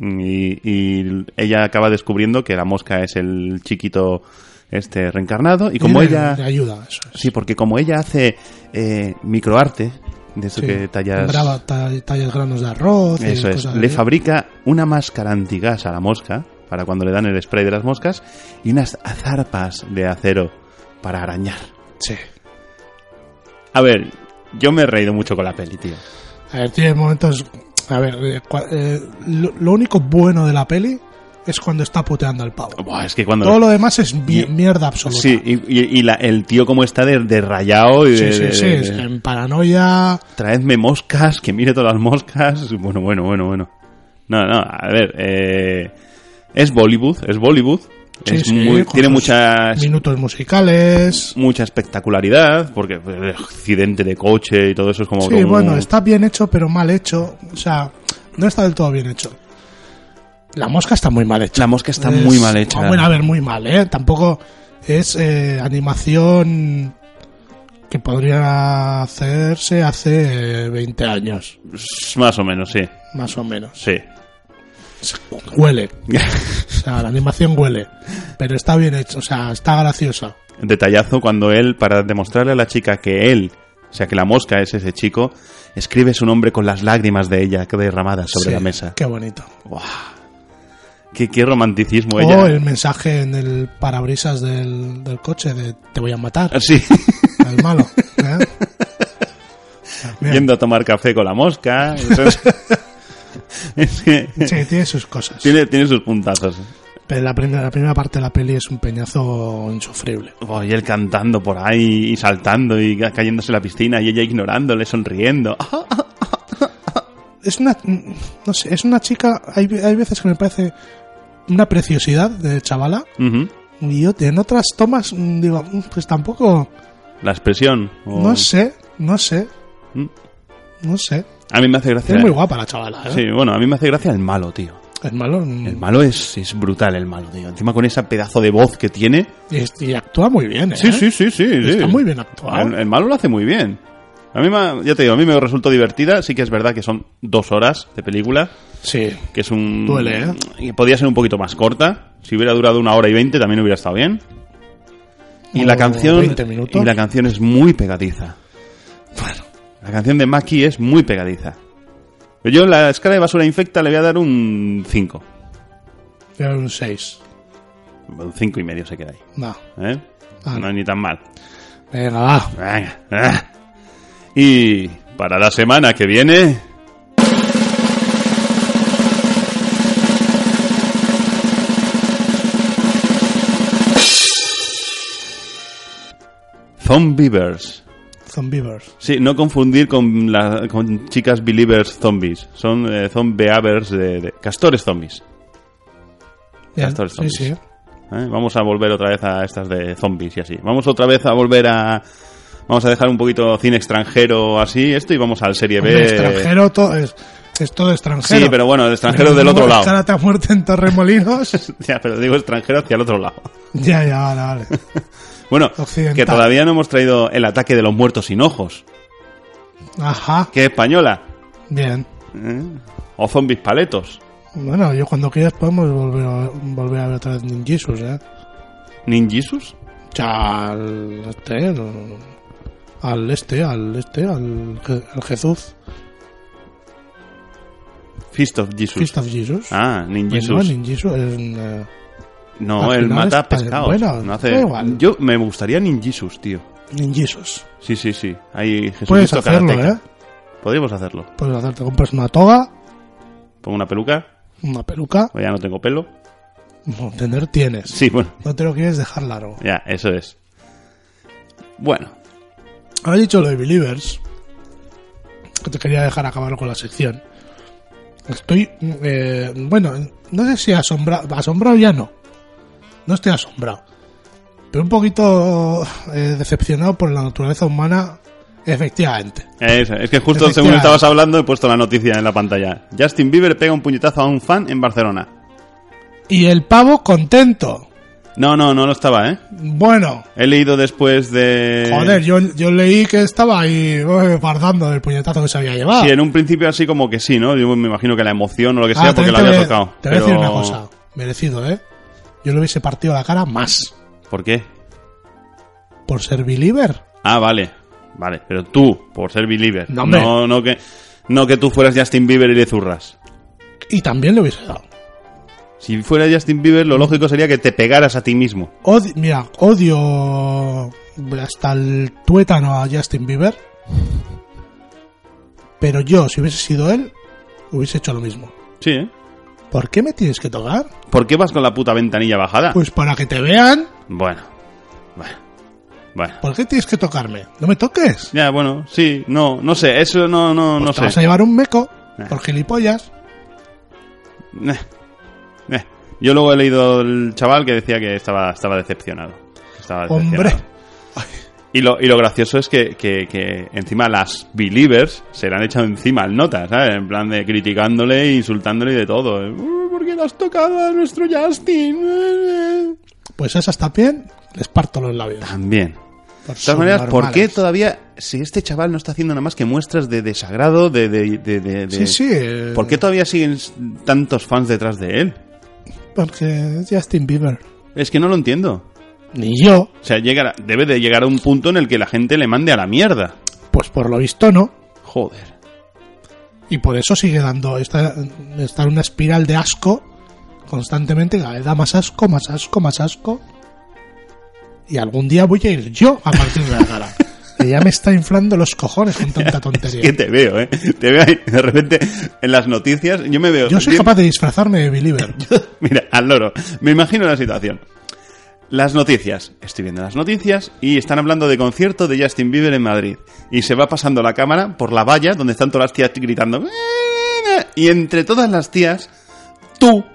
Speaker 3: Y, y ella acaba descubriendo que la mosca es el chiquito este reencarnado. Y como
Speaker 4: le-
Speaker 3: ella...
Speaker 4: le ayuda, eso es.
Speaker 3: Sí, porque como ella hace eh, microarte, de eso
Speaker 4: Sí.
Speaker 3: que tallas.
Speaker 4: Brava, ta- tallas granos de arroz. y
Speaker 3: Eso es.
Speaker 4: cosas
Speaker 3: Le
Speaker 4: así.
Speaker 3: fabrica una máscara antigas a la mosca para cuando le dan el spray de las moscas y unas zarpas de acero para arañar.
Speaker 4: Sí.
Speaker 3: A ver, yo me he reído mucho con la peli, tío.
Speaker 4: A ver, tiene momentos. A ver, eh, cua- eh, lo, lo único bueno de la peli es cuando está puteando al pavo.
Speaker 3: Buah, es que cuando...
Speaker 4: Todo lo demás es mi-
Speaker 3: Y-
Speaker 4: mierda absoluta.
Speaker 3: Sí, y, y- y la- el tío como está de, de rayado y
Speaker 4: sí,
Speaker 3: de,
Speaker 4: sí,
Speaker 3: de-
Speaker 4: sí,
Speaker 3: de-
Speaker 4: es
Speaker 3: de-
Speaker 4: en paranoia.
Speaker 3: traedme moscas, que mire todas las moscas. Bueno, bueno, bueno, bueno. No, no, a ver, eh, es Bollywood, es Bollywood.
Speaker 4: Sí,
Speaker 3: es
Speaker 4: sí,
Speaker 3: muy-
Speaker 4: con
Speaker 3: tiene
Speaker 4: sus
Speaker 3: muchas
Speaker 4: Minutos musicales.
Speaker 3: mucha espectacularidad, porque pues, el accidente de coche y todo eso es como...
Speaker 4: Sí,
Speaker 3: como-
Speaker 4: bueno, está bien hecho, pero mal hecho. O sea, no está del todo bien hecho. La mosca está muy mal hecha.
Speaker 3: La mosca está
Speaker 4: Es-
Speaker 3: muy mal hecha.
Speaker 4: Ah, Bueno, a ver, muy mal, ¿eh? Tampoco es eh, animación que podría hacerse hace eh, 20 años,
Speaker 3: Más o menos, sí,
Speaker 4: más o menos.
Speaker 3: sí.
Speaker 4: Huele. O sea, la animación huele. Pero está bien hecho, o sea, está graciosa.
Speaker 3: Detallazo cuando él, para demostrarle a la chica que él, o sea, que la mosca es ese chico, escribe su nombre con las lágrimas de ella que derramadas sobre
Speaker 4: Sí,
Speaker 3: la mesa.
Speaker 4: Qué bonito.
Speaker 3: Buah. Qué, qué romanticismo
Speaker 4: O
Speaker 3: ella.
Speaker 4: el mensaje en el parabrisas del, del coche de te voy a matar.
Speaker 3: Ah, Sí,
Speaker 4: al malo. ¿eh? Bien.
Speaker 3: yendo a tomar café con la mosca. Es que
Speaker 4: Sí, tiene sus cosas.
Speaker 3: tiene, tiene sus puntazos.
Speaker 4: Pero la primera, la primera parte de la peli es un peñazo insufrible.
Speaker 3: Oh, y él cantando por ahí y saltando y ca- cayéndose en la piscina y ella ignorándole, sonriendo. Ah,
Speaker 4: Es una, no sé, es una chica, hay, hay veces que me parece una preciosidad de chavala.
Speaker 3: ujú.
Speaker 4: Y yo en otras tomas mm, digo, mm, pues tampoco,
Speaker 3: La expresión. o-
Speaker 4: no sé, no sé,
Speaker 3: Oh. Mm.
Speaker 4: no sé.
Speaker 3: A mí me hace gracia.
Speaker 4: Es muy guapa la chavala, ¿eh?
Speaker 3: Sí, bueno, a mí me hace gracia el malo, tío.
Speaker 4: Es malo. mm,
Speaker 3: El malo es, es brutal, el malo, tío. Encima con esa pedazo de voz que tiene.
Speaker 4: Y, es- y actúa muy bien, ¿eh?
Speaker 3: Sí, sí, sí, sí.
Speaker 4: Está
Speaker 3: sí.
Speaker 4: muy bien actuado.
Speaker 3: El, el malo lo hace muy bien. A mí, me- ya te digo, a mí me resultó divertida. Sí que es verdad que son dos horas de película,
Speaker 4: Sí.
Speaker 3: que es un...
Speaker 4: Duele, ¿eh?
Speaker 3: y podía ser un poquito más corta. Si hubiera durado una hora y veinte también hubiera estado bien. Y la
Speaker 4: O
Speaker 3: canción...
Speaker 4: 20 minutos.
Speaker 3: Y la canción es muy pegadiza. Bueno, la canción de Maki es muy pegadiza. Yo en la escala de basura infecta le voy a dar un 5.
Speaker 4: Era un 6.
Speaker 3: Un 5 y medio se queda ahí.
Speaker 4: No.
Speaker 3: ¿eh?
Speaker 4: Ah.
Speaker 3: No es ni tan mal.
Speaker 4: Venga, va.
Speaker 3: Venga. ah. Y para la semana que viene... Zombievers.
Speaker 4: Zombievers.
Speaker 3: Sí, no confundir con, la- con chicas believers zombies. Son eh, zombeavers de, de- Castores zombies.
Speaker 4: Bien,
Speaker 3: Castores
Speaker 4: Sí,
Speaker 3: zombies.
Speaker 4: sí.
Speaker 3: ¿eh? Vamos a volver otra vez a estas de zombies y así. Vamos otra vez a volver a... Vamos a dejar un poquito cine extranjero así, esto, y vamos al Serie B.
Speaker 4: Hombre, extranjero todo es, es todo extranjero.
Speaker 3: Sí, pero bueno, el extranjero del otro lado.
Speaker 4: Cárate a muerte en Torremolinos.
Speaker 3: Ya, pero digo extranjero hacia el otro lado.
Speaker 4: ya, ya, vale, vale.
Speaker 3: Bueno,
Speaker 4: Occidental.
Speaker 3: que todavía no hemos traído el ataque de los muertos sin ojos.
Speaker 4: Ajá,
Speaker 3: Que es española.
Speaker 4: bien.
Speaker 3: ¿eh? O zombies paletos.
Speaker 4: Bueno, yo cuando quieras podemos volver a, volver a ver otra vez Ninjisus, ¿eh?
Speaker 3: ¿Ninjisus?
Speaker 4: O sea, al este, al, al este, al este, al, Je- al Jesús,
Speaker 3: Feast of Jesus.
Speaker 4: Christ of Jesus.
Speaker 3: Ah,
Speaker 4: Pues
Speaker 3: Ninjisus.
Speaker 4: no, Ninjisus es un,
Speaker 3: No,
Speaker 4: Al
Speaker 3: él
Speaker 4: final es
Speaker 3: mata
Speaker 4: padre.
Speaker 3: pescados.
Speaker 4: Bueno,
Speaker 3: no hace...
Speaker 4: da igual.
Speaker 3: Yo me gustaría Ninjisus, tío.
Speaker 4: eh, Ninjisus.
Speaker 3: Sí, sí, sí. Ahí Jesucristo
Speaker 4: Puedes hacerlo,
Speaker 3: karateka.
Speaker 4: ¿eh?
Speaker 3: Podríamos hacerlo.
Speaker 4: Puedes hacerte, Pues compras una toga,
Speaker 3: Pongo una peluca,
Speaker 4: una peluca,
Speaker 3: o ya no tengo pelo.
Speaker 4: no, tener tienes.
Speaker 3: Sí, bueno,
Speaker 4: No te lo quieres dejar largo.
Speaker 3: ya, eso es. Bueno,
Speaker 4: Ahora he dicho lo de Believers, que te quería dejar acabar con la sección. Estoy, eh, bueno, no sé si asombrado, asombrado ya no. No estoy asombrado. Pero un poquito eh, decepcionado por la naturaleza humana, efectivamente.
Speaker 3: Eso, es que justo según
Speaker 4: Efectivamente.
Speaker 3: estabas hablando he puesto la noticia en la pantalla. Justin Bieber pega un puñetazo a un fan en Barcelona.
Speaker 4: Y el pavo contento.
Speaker 3: No, no, no lo estaba, ¿eh?
Speaker 4: Bueno,
Speaker 3: He leído después de...
Speaker 4: joder, yo, yo leí que estaba ahí eh, guardando el puñetazo que se había llevado.
Speaker 3: Sí, en un principio así como que sí, ¿no? Yo me imagino que la emoción o lo que sea
Speaker 4: Ah,
Speaker 3: porque
Speaker 4: también
Speaker 3: lo
Speaker 4: te
Speaker 3: había
Speaker 4: voy a-
Speaker 3: tocado.
Speaker 4: Te voy a decir
Speaker 3: Pero-
Speaker 4: una cosa. Merecido, ¿eh? Yo le hubiese partido la cara más.
Speaker 3: ¿Por qué?
Speaker 4: por ser believer.
Speaker 3: Ah, vale. Vale, pero tú, por ser believer.
Speaker 4: No, hombre.
Speaker 3: no, no que, no que tú fueras Justin Bieber y le zurras.
Speaker 4: Y también le hubiese dado.
Speaker 3: Si fuera Justin Bieber, lo lógico sería que te pegaras a ti mismo.
Speaker 4: Odi- mira, odio hasta el tuétano a Justin Bieber. Pero yo, si hubiese sido él, hubiese hecho lo mismo.
Speaker 3: Sí, ¿eh?
Speaker 4: ¿Por qué me tienes que tocar?
Speaker 3: ¿Por qué vas con la puta ventanilla bajada?
Speaker 4: Pues para que te vean.
Speaker 3: Bueno, bueno, bueno.
Speaker 4: ¿Por qué tienes que tocarme? No me toques.
Speaker 3: Ya, bueno, sí, no, no sé, eso no, no,
Speaker 4: Pues te
Speaker 3: no
Speaker 4: vas a
Speaker 3: sé.
Speaker 4: llevar un meco
Speaker 3: Eh.
Speaker 4: por gilipollas.
Speaker 3: Eh, eh. Yo luego he leído el chaval que decía que estaba, estaba decepcionado. Estaba decepcionado.
Speaker 4: Hombre.
Speaker 3: Y lo, y lo gracioso es que, que- que encima las believers se le han echado encima al nota, ¿sabes? En plan de criticándole, insultándole y de todo. "Uh, ¿Por qué le has tocado a nuestro Justin? Eh, eh".
Speaker 4: Pues esas también les parto los labios.
Speaker 3: También.
Speaker 4: Por
Speaker 3: De todas maneras, ¿por qué
Speaker 4: subnormales.
Speaker 3: todavía, si este chaval no está haciendo nada más que muestras de desagrado, de... de, de- de- de-
Speaker 4: Sí, sí. eh,
Speaker 3: ¿Por qué todavía siguen s- tantos fans detrás de él?
Speaker 4: Porque es Justin Bieber.
Speaker 3: Es que no lo entiendo.
Speaker 4: Ni yo,
Speaker 3: O sea, llegará- debe de llegar a un punto en el que la gente le mande a la mierda.
Speaker 4: pues por lo visto no.
Speaker 3: Joder.
Speaker 4: Y por eso sigue dando. Está, está en una espiral de asco constantemente. Cada vez da más asco, más asco, más asco. Y algún día voy a ir yo a partirle la cara. Que ya me está inflando los cojones con tanta tontería.
Speaker 3: Que te veo, ¿eh? Te veo ahí, de repente en las noticias. Yo me veo.
Speaker 4: Yo soy
Speaker 3: bien-
Speaker 4: capaz de disfrazarme de Believer.
Speaker 3: Mira, al loro. Me imagino la situación. Las noticias. Estoy viendo las noticias y están hablando de concierto de Justin Bieber en Madrid. Y se va pasando la cámara por la valla donde están todas las tías gritando. Y entre todas las tías, tú,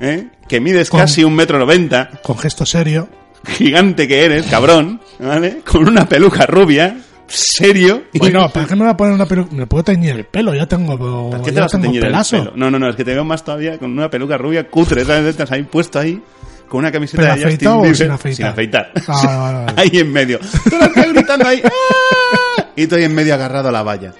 Speaker 3: ¿eh? que mides
Speaker 4: Con-
Speaker 3: casi un metro noventa,
Speaker 4: Con gesto serio.
Speaker 3: gigante que eres, cabrón, ¿vale? Con una peluca rubia, serio. y-
Speaker 4: Bueno, ¿para qué me voy a poner una peluca? Me puedo teñir el pelo, ya tengo,
Speaker 3: ¿Por qué te
Speaker 4: ya
Speaker 3: vas a
Speaker 4: tengo
Speaker 3: teñir el
Speaker 4: pelazo.
Speaker 3: pelo? No, no, no, es que te veo más todavía con una peluca rubia cutre, ¿sabes? De Estas ahí puesto ahí, con una camiseta
Speaker 4: ¿Pero
Speaker 3: de Justin
Speaker 4: afeitado o
Speaker 3: Bieber.
Speaker 4: sin
Speaker 3: Sin
Speaker 4: afeitar?
Speaker 3: afeitar.
Speaker 4: Ah, vale, vale, vale.
Speaker 3: ahí en medio. Tú la estás gritando ahí. ¡ah! Y tú ahí en medio agarrado a la valla.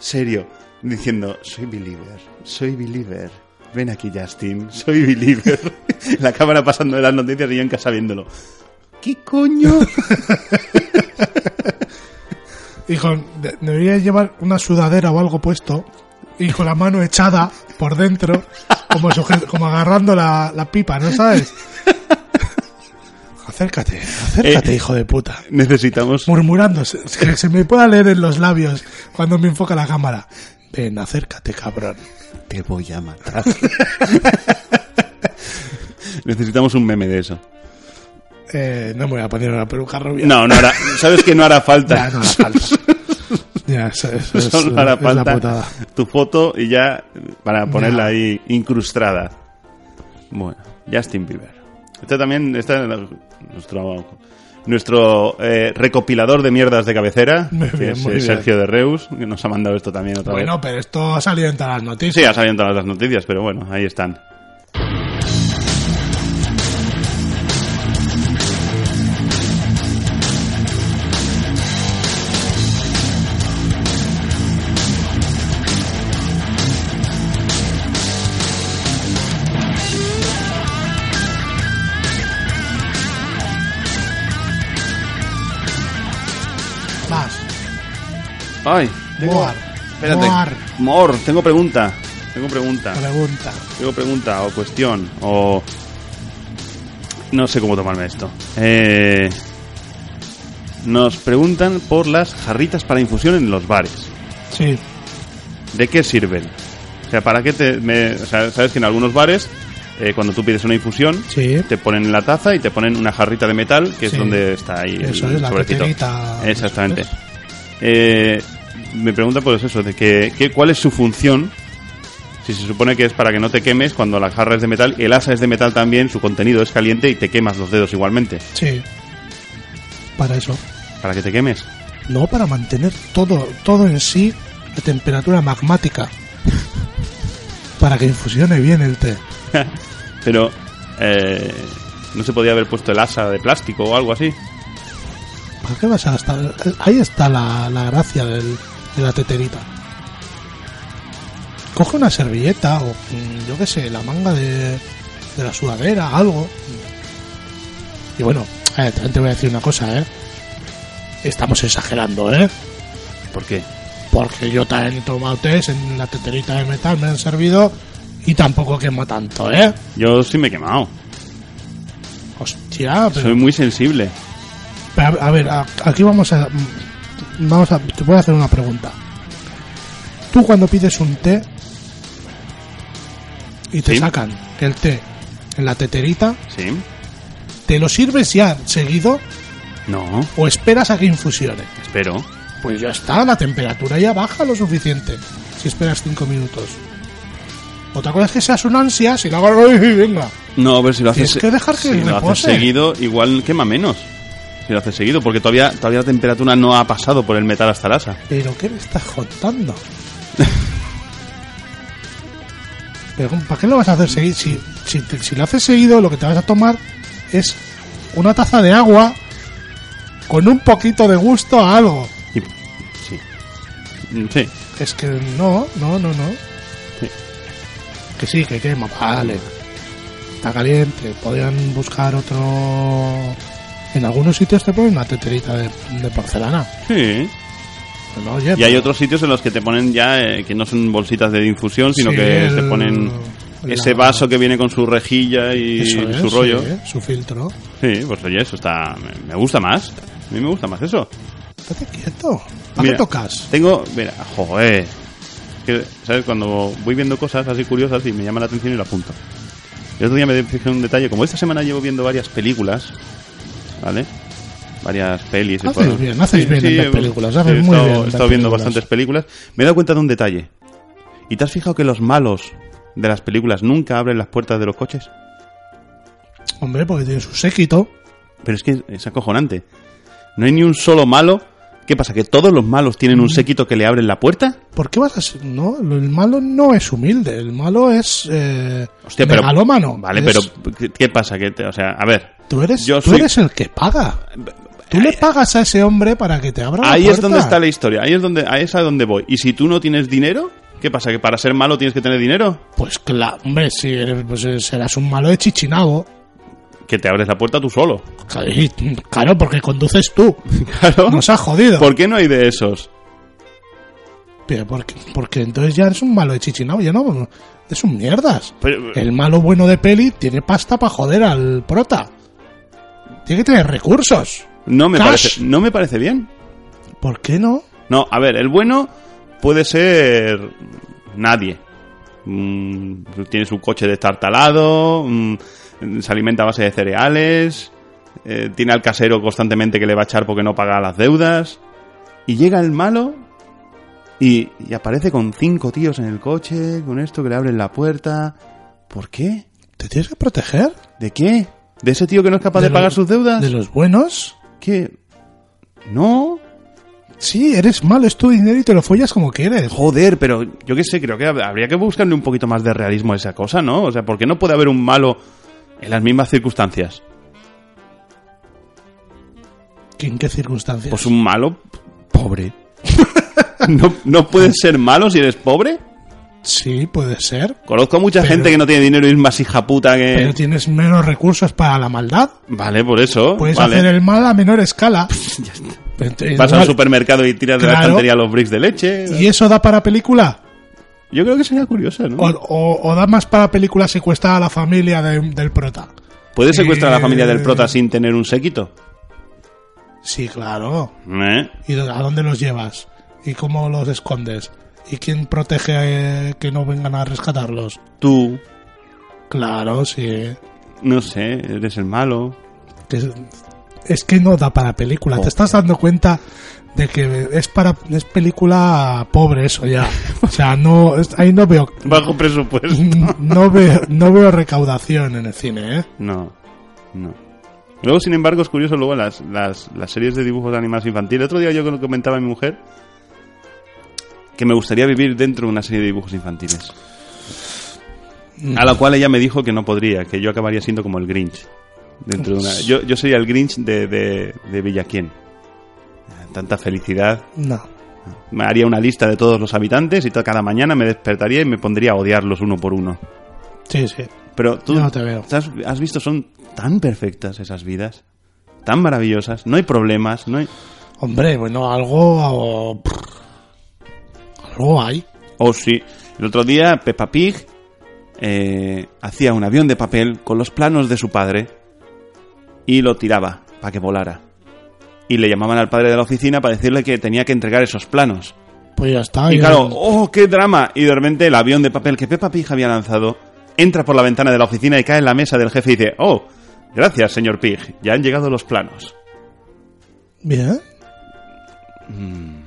Speaker 3: Serio, diciendo, soy believer, soy believer. Ven aquí, Justin, soy believer. La cámara pasando de las noticias y yo en casa viéndolo. ¿Qué coño?
Speaker 4: Y con- de- debería llevar una sudadera o algo puesto y con la mano echada por dentro, como, suje- como agarrando la, la pipa, ¿no sabes? Acércate, acércate,
Speaker 3: Eh.
Speaker 4: hijo de puta.
Speaker 3: Necesitamos
Speaker 4: Murmurando, se- que se me pueda leer en los labios cuando me enfoca la cámara. Ven, acércate, cabrón.
Speaker 3: Te voy a matar. Necesitamos un meme de eso.
Speaker 4: Eh, no me voy a poner una peluca rubia.
Speaker 3: No, no hará. Sabes que no hará falta.
Speaker 4: Ya, no hará falta. Ya, eso, eso es,
Speaker 3: Solo hará
Speaker 4: es la
Speaker 3: falta
Speaker 4: putada.
Speaker 3: tu foto y ya para ponerla
Speaker 4: Ya.
Speaker 3: ahí incrustada. Bueno, Justin Bieber. Este también está nuestro nuestro eh, recopilador de mierdas de cabecera,
Speaker 4: Muy
Speaker 3: que
Speaker 4: bien,
Speaker 3: es
Speaker 4: muy
Speaker 3: eh,
Speaker 4: bien.
Speaker 3: Sergio de Reus, que nos ha mandado esto también otra
Speaker 4: Bueno,
Speaker 3: vez.
Speaker 4: pero esto ha salido en todas las noticias.
Speaker 3: Sí, ya salían todas las noticias, pero bueno, ahí están.
Speaker 4: Más.
Speaker 3: Ay,
Speaker 4: Moar.
Speaker 3: espérate.
Speaker 4: Moar.
Speaker 3: Mor, tengo pregunta. Tengo pregunta.
Speaker 4: Pregunta.
Speaker 3: Tengo pregunta o cuestión o... No sé cómo tomarme esto. Eh, Nos preguntan por las jarritas para infusión en los bares.
Speaker 4: Sí.
Speaker 3: ¿De qué sirven? O sea, ¿para qué te...? me- o sea, sabes que en algunos bares, eh, cuando tú pides una infusión,
Speaker 4: Sí.
Speaker 3: te ponen la taza y te ponen una jarrita de metal, que
Speaker 4: Sí.
Speaker 3: es donde está ahí
Speaker 4: Eso
Speaker 3: el
Speaker 4: es, la
Speaker 3: sobrecito.
Speaker 4: teterita.
Speaker 3: Exactamente. Eh, me pregunta por eso, de que, que- cuál es su función, si se supone que es para que no te quemes cuando la jarra es de metal, el asa es de metal también, su contenido es caliente y te quemas los dedos igualmente.
Speaker 4: Sí. Para eso.
Speaker 3: ¿Para que te quemes?
Speaker 4: No, para mantener todo, todo en sí a temperatura magmática. Para que infusione bien el té.
Speaker 3: Pero, eh, ¿no se podía haber puesto el asa de plástico o algo así?
Speaker 4: ¿Para qué vas a gastar? Ahí está la, la gracia del- de la teterita. Coge una servilleta o mm, yo qué sé, la manga de, de la sudadera, algo. Y bueno, a ver, también te voy a decir una cosa, ¿eh? Estamos exagerando, ¿eh?
Speaker 3: ¿Por qué?
Speaker 4: Porque yo también he tomado test en la teterita de metal, me han servido y tampoco quema tanto, ¿eh?
Speaker 3: Yo sí me he quemado.
Speaker 4: Hostia, pero,
Speaker 3: Soy muy sensible.
Speaker 4: pero a a ver, a- aquí vamos a vamos a te voy a hacer una pregunta. Tú cuando pides un té y te
Speaker 3: Sí.
Speaker 4: sacan el té en la teterita,
Speaker 3: ¿Sí?
Speaker 4: ¿te lo sirves ya seguido
Speaker 3: No,
Speaker 4: o esperas a que infusione?
Speaker 3: espero.
Speaker 4: Pues ya está, la temperatura ya baja lo suficiente. Si esperas 5 minutos. Otra cosa es que seas un ansias y la agarras y venga.
Speaker 3: No, a ver si lo haces. eh,
Speaker 4: Tienes que dejar que
Speaker 3: si lo haces
Speaker 4: repose.
Speaker 3: seguido, igual quema menos. Si lo haces seguido, porque todavía, todavía la temperatura no ha pasado por el metal hasta la asa.
Speaker 4: ¿Pero qué me estás contando? ¿Pero cómo- para qué lo vas a hacer seguir? Si, si, te- si lo haces seguido, lo que te vas a tomar es una taza de agua con un poquito de gusto a algo.
Speaker 3: Y- Sí. Mm, Sí.
Speaker 4: Es que no, no, no, no.
Speaker 3: Sí. Ah,
Speaker 4: Que sí, que quema. Vale. Está caliente. Podrían buscar otro... En algunos sitios te ponen una teterita de, de porcelana.
Speaker 3: Sí.
Speaker 4: Bueno, oye, pues,
Speaker 3: Y hay
Speaker 4: pero-
Speaker 3: otros sitios en los que te ponen ya, eh, que no son bolsitas de infusión, sino
Speaker 4: Sí,
Speaker 3: que
Speaker 4: el-
Speaker 3: te ponen
Speaker 4: la-
Speaker 3: ese vaso que viene con su rejilla y
Speaker 4: Eso es,
Speaker 3: su rollo.
Speaker 4: sí, su filtro.
Speaker 3: Sí, pues oye, eso está. me- Me gusta más. A mí me gusta más eso.
Speaker 4: Estate quieto. ¿Para
Speaker 3: Mira,
Speaker 4: qué tocas?
Speaker 3: Tengo. Mira, joder. Que, ¿Sabes? Cuando voy viendo cosas así curiosas y me llama la atención y lo apunto. El otro día me fijé en un detalle. Como esta semana llevo viendo varias películas, ¿vale? Varias pelis. y
Speaker 4: Haces
Speaker 3: cosas.
Speaker 4: bien, haces bien en ver
Speaker 3: eh,
Speaker 4: películas, haces muy
Speaker 3: he estado,
Speaker 4: bien en
Speaker 3: he
Speaker 4: ver
Speaker 3: estado viendo
Speaker 4: películas.
Speaker 3: bastantes películas. Me he dado cuenta de un detalle. ¿Y te has fijado que los malos de las películas nunca abren las puertas de los coches?
Speaker 4: Hombre, porque tiene su séquito.
Speaker 3: Pero es que es acojonante. No hay ni un solo malo. ¿Qué pasa? ¿Que todos los malos tienen
Speaker 4: Mm.
Speaker 3: un séquito que le abren la puerta?
Speaker 4: ¿Por qué vas a ser.? No, el malo no es humilde. El malo es. Eh,
Speaker 3: Hostia, pero.
Speaker 4: megalómano.
Speaker 3: Vale,
Speaker 4: Es-
Speaker 3: pero ¿qué, qué pasa? Que te- o sea, a ver.
Speaker 4: Tú eres,
Speaker 3: yo
Speaker 4: tú
Speaker 3: soy- Eh,
Speaker 4: eres el que paga. Tú le pagas a ese hombre para que te abra la
Speaker 3: Ahí es
Speaker 4: puerta.
Speaker 3: donde está la historia. Ahí es donde, a esa es donde voy. Y si tú no tienes dinero, ¿qué pasa? ¿Que para ser malo tienes que tener dinero?
Speaker 4: Pues claro, hombre, si eres, pues, eh, serás un malo de chichinabo.
Speaker 3: Que te abres la puerta tú solo.
Speaker 4: Ay, Claro, porque conduces tú.
Speaker 3: Claro.
Speaker 4: Nos ha jodido.
Speaker 3: ¿Por qué no hay de esos?
Speaker 4: Pero porque, porque entonces ya eres un malo de chichinabo, ya no. Es un mierdas.
Speaker 3: Pero-
Speaker 4: el malo bueno de peli tiene pasta para joder al prota. Tiene que tener recursos.
Speaker 3: No me
Speaker 4: Cash.
Speaker 3: parece, no me parece bien.
Speaker 4: ¿Por qué no?
Speaker 3: No, a ver, el bueno puede ser nadie. Mm, tiene su coche destartalado, mm, se alimenta a base de cereales, eh, tiene al casero constantemente que le va a echar porque no paga las deudas. Y llega el malo y, y aparece con cinco tíos en el coche, con esto que le abren la puerta. ¿Por qué?
Speaker 4: ¿Te tienes que proteger?
Speaker 3: ¿De qué? ¿De ese tío que no es capaz de,
Speaker 4: De lo-
Speaker 3: pagar sus deudas?
Speaker 4: ¿De los buenos?
Speaker 3: ¿Qué? No,
Speaker 4: Sí, eres malo, es tu dinero y te lo follas como quieres.
Speaker 3: Joder, pero yo qué sé, creo que hab- habría que buscarle un poquito más de realismo a esa cosa, ¿no? O sea, ¿por qué no puede haber un malo en las mismas circunstancias?
Speaker 4: ¿Que ¿En qué circunstancias?
Speaker 3: Pues un malo pobre. ¿No, ¿No puedes ser malo si eres pobre?
Speaker 4: Sí, puede ser.
Speaker 3: Conozco a mucha
Speaker 4: Pero-
Speaker 3: gente que no tiene dinero y es más hija puta que...
Speaker 4: Pero tienes menos recursos para la maldad.
Speaker 3: Vale, por eso.
Speaker 4: Puedes
Speaker 3: vale.
Speaker 4: hacer el mal a menor escala. Pero ent-
Speaker 3: Vas al
Speaker 4: igual-
Speaker 3: supermercado y tiras de la
Speaker 4: Claro.
Speaker 3: estantería los bricks de leche.
Speaker 4: ¿Y eso da para película?
Speaker 3: Yo creo que sería curioso, ¿no?
Speaker 4: O, o- o da más para película secuestrar a la familia de- del prota.
Speaker 3: ¿Puedes secuestrar a la familia del
Speaker 4: Eh.
Speaker 3: prota sin tener un séquito?
Speaker 4: Sí, claro.
Speaker 3: ¿Eh?
Speaker 4: ¿Y do- a dónde los llevas? ¿Y cómo los escondes? ¿Y quién protege eh, que no vengan a rescatarlos?
Speaker 3: Tú,
Speaker 4: Claro, sí.
Speaker 3: no sé, eres el malo.
Speaker 4: Es, es que no da para película. Te estás dando cuenta de que es para es película pobre eso ya. O sea, no es- ahí no veo
Speaker 3: Bajo presupuesto.
Speaker 4: no veo no veo recaudación en el cine, ¿eh?
Speaker 3: No, no. Luego, sin embargo, es curioso luego las, las, las series de dibujos animados infantiles. Otro día yo lo comentaba a mi mujer que me gustaría vivir dentro de una serie de dibujos infantiles. A la cual ella me dijo que no podría, que yo acabaría siendo como el Grinch. Dentro de una, yo, yo sería el Grinch de, de, de Villaquién. Tanta felicidad.
Speaker 4: No.
Speaker 3: Me haría una lista de todos los habitantes y to- cada mañana me despertaría y me pondría a odiarlos uno por uno.
Speaker 4: Sí, sí.
Speaker 3: Pero tú
Speaker 4: Yo no te veo.
Speaker 3: ¿has, has visto, son tan perfectas esas vidas, tan maravillosas, no hay problemas, no hay...
Speaker 4: Hombre, bueno, algo. o- algo hay.
Speaker 3: Oh, sí. El otro día Peppa Pig eh, hacía un avión de papel con los planos de su padre y lo tiraba para que volara. Y le llamaban al padre de la oficina para decirle que tenía que entregar esos planos.
Speaker 4: Pues ya está.
Speaker 3: Y
Speaker 4: ya-
Speaker 3: claro, ¡oh, qué drama! Y de repente el avión de papel que Peppa Pig había lanzado entra por la ventana de la oficina y cae en la mesa del jefe y dice, ¡oh, gracias, señor Pig! Ya han llegado los planos.
Speaker 4: Bien. Mm.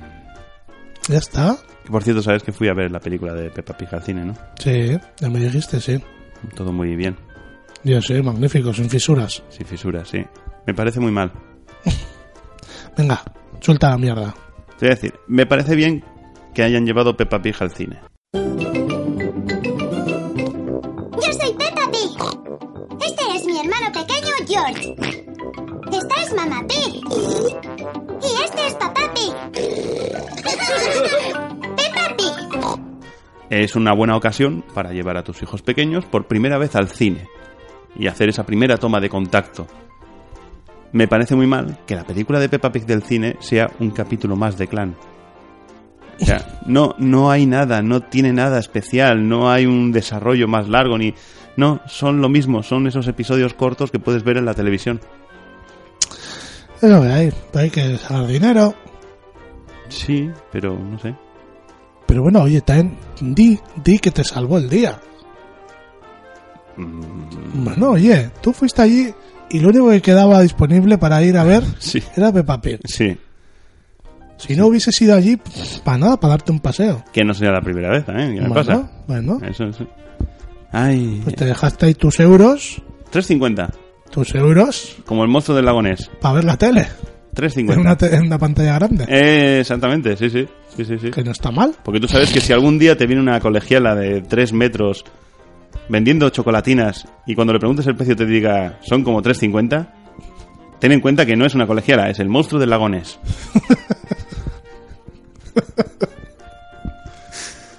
Speaker 4: Ya está.
Speaker 3: Que por cierto, sabes que fui a ver la película de Peppa Pig al cine, ¿no?
Speaker 4: Sí, ya me dijiste, sí.
Speaker 3: Todo muy bien,
Speaker 4: Yo sé, magnífico, sin fisuras.
Speaker 3: sin fisuras, sí. Me parece muy mal.
Speaker 4: Venga, suelta la mierda.
Speaker 3: Te voy a decir, me parece bien que hayan llevado Peppa Pig al cine.
Speaker 6: Yo soy Peppa Pig. Este es mi hermano pequeño George. Esta es Mamá Pig. Y este es Papá Pig. Peppa Pig.
Speaker 3: Es una buena ocasión para llevar a tus hijos pequeños por primera vez al cine y hacer esa primera toma de contacto. Me parece muy mal que la película de Peppa Pig del cine sea un capítulo más de clan. O sea, no, no hay nada, no tiene nada especial, no hay un desarrollo más largo ni. No, son lo mismo, son esos episodios cortos que puedes ver en la televisión.
Speaker 4: Es lo que hay. Hay que sacar dinero.
Speaker 3: Sí, pero no sé.
Speaker 4: Pero bueno, oye, también di, di que te salvó el día.
Speaker 3: Mm.
Speaker 4: Bueno, oye, tú fuiste allí y lo único que quedaba disponible para ir a ver
Speaker 3: Sí.
Speaker 4: era Peppa Pig.
Speaker 3: Sí,
Speaker 4: Si no hubieses ido allí, para nada, para darte un paseo.
Speaker 3: que no sería la primera vez, ¿eh? ¿Qué me
Speaker 4: bueno,
Speaker 3: pasa? Eh,
Speaker 4: bueno,
Speaker 3: Eso, eso. Ay,
Speaker 4: pues te dejaste ahí tus euros,
Speaker 3: 3.50,
Speaker 4: tus euros,
Speaker 3: como el monstruo del lagonés.
Speaker 4: para ver la tele. En
Speaker 3: 3.50.
Speaker 4: una, te- en una pantalla grande.
Speaker 3: Eh, exactamente, sí, sí, sí, sí, sí.
Speaker 4: Que no está mal.
Speaker 3: Porque tú sabes que si algún día te viene una colegiala de 3 metros vendiendo chocolatinas y cuando le preguntes el precio te diga son como 3.50, ten en cuenta que no es una colegiala, es el monstruo del lagonés.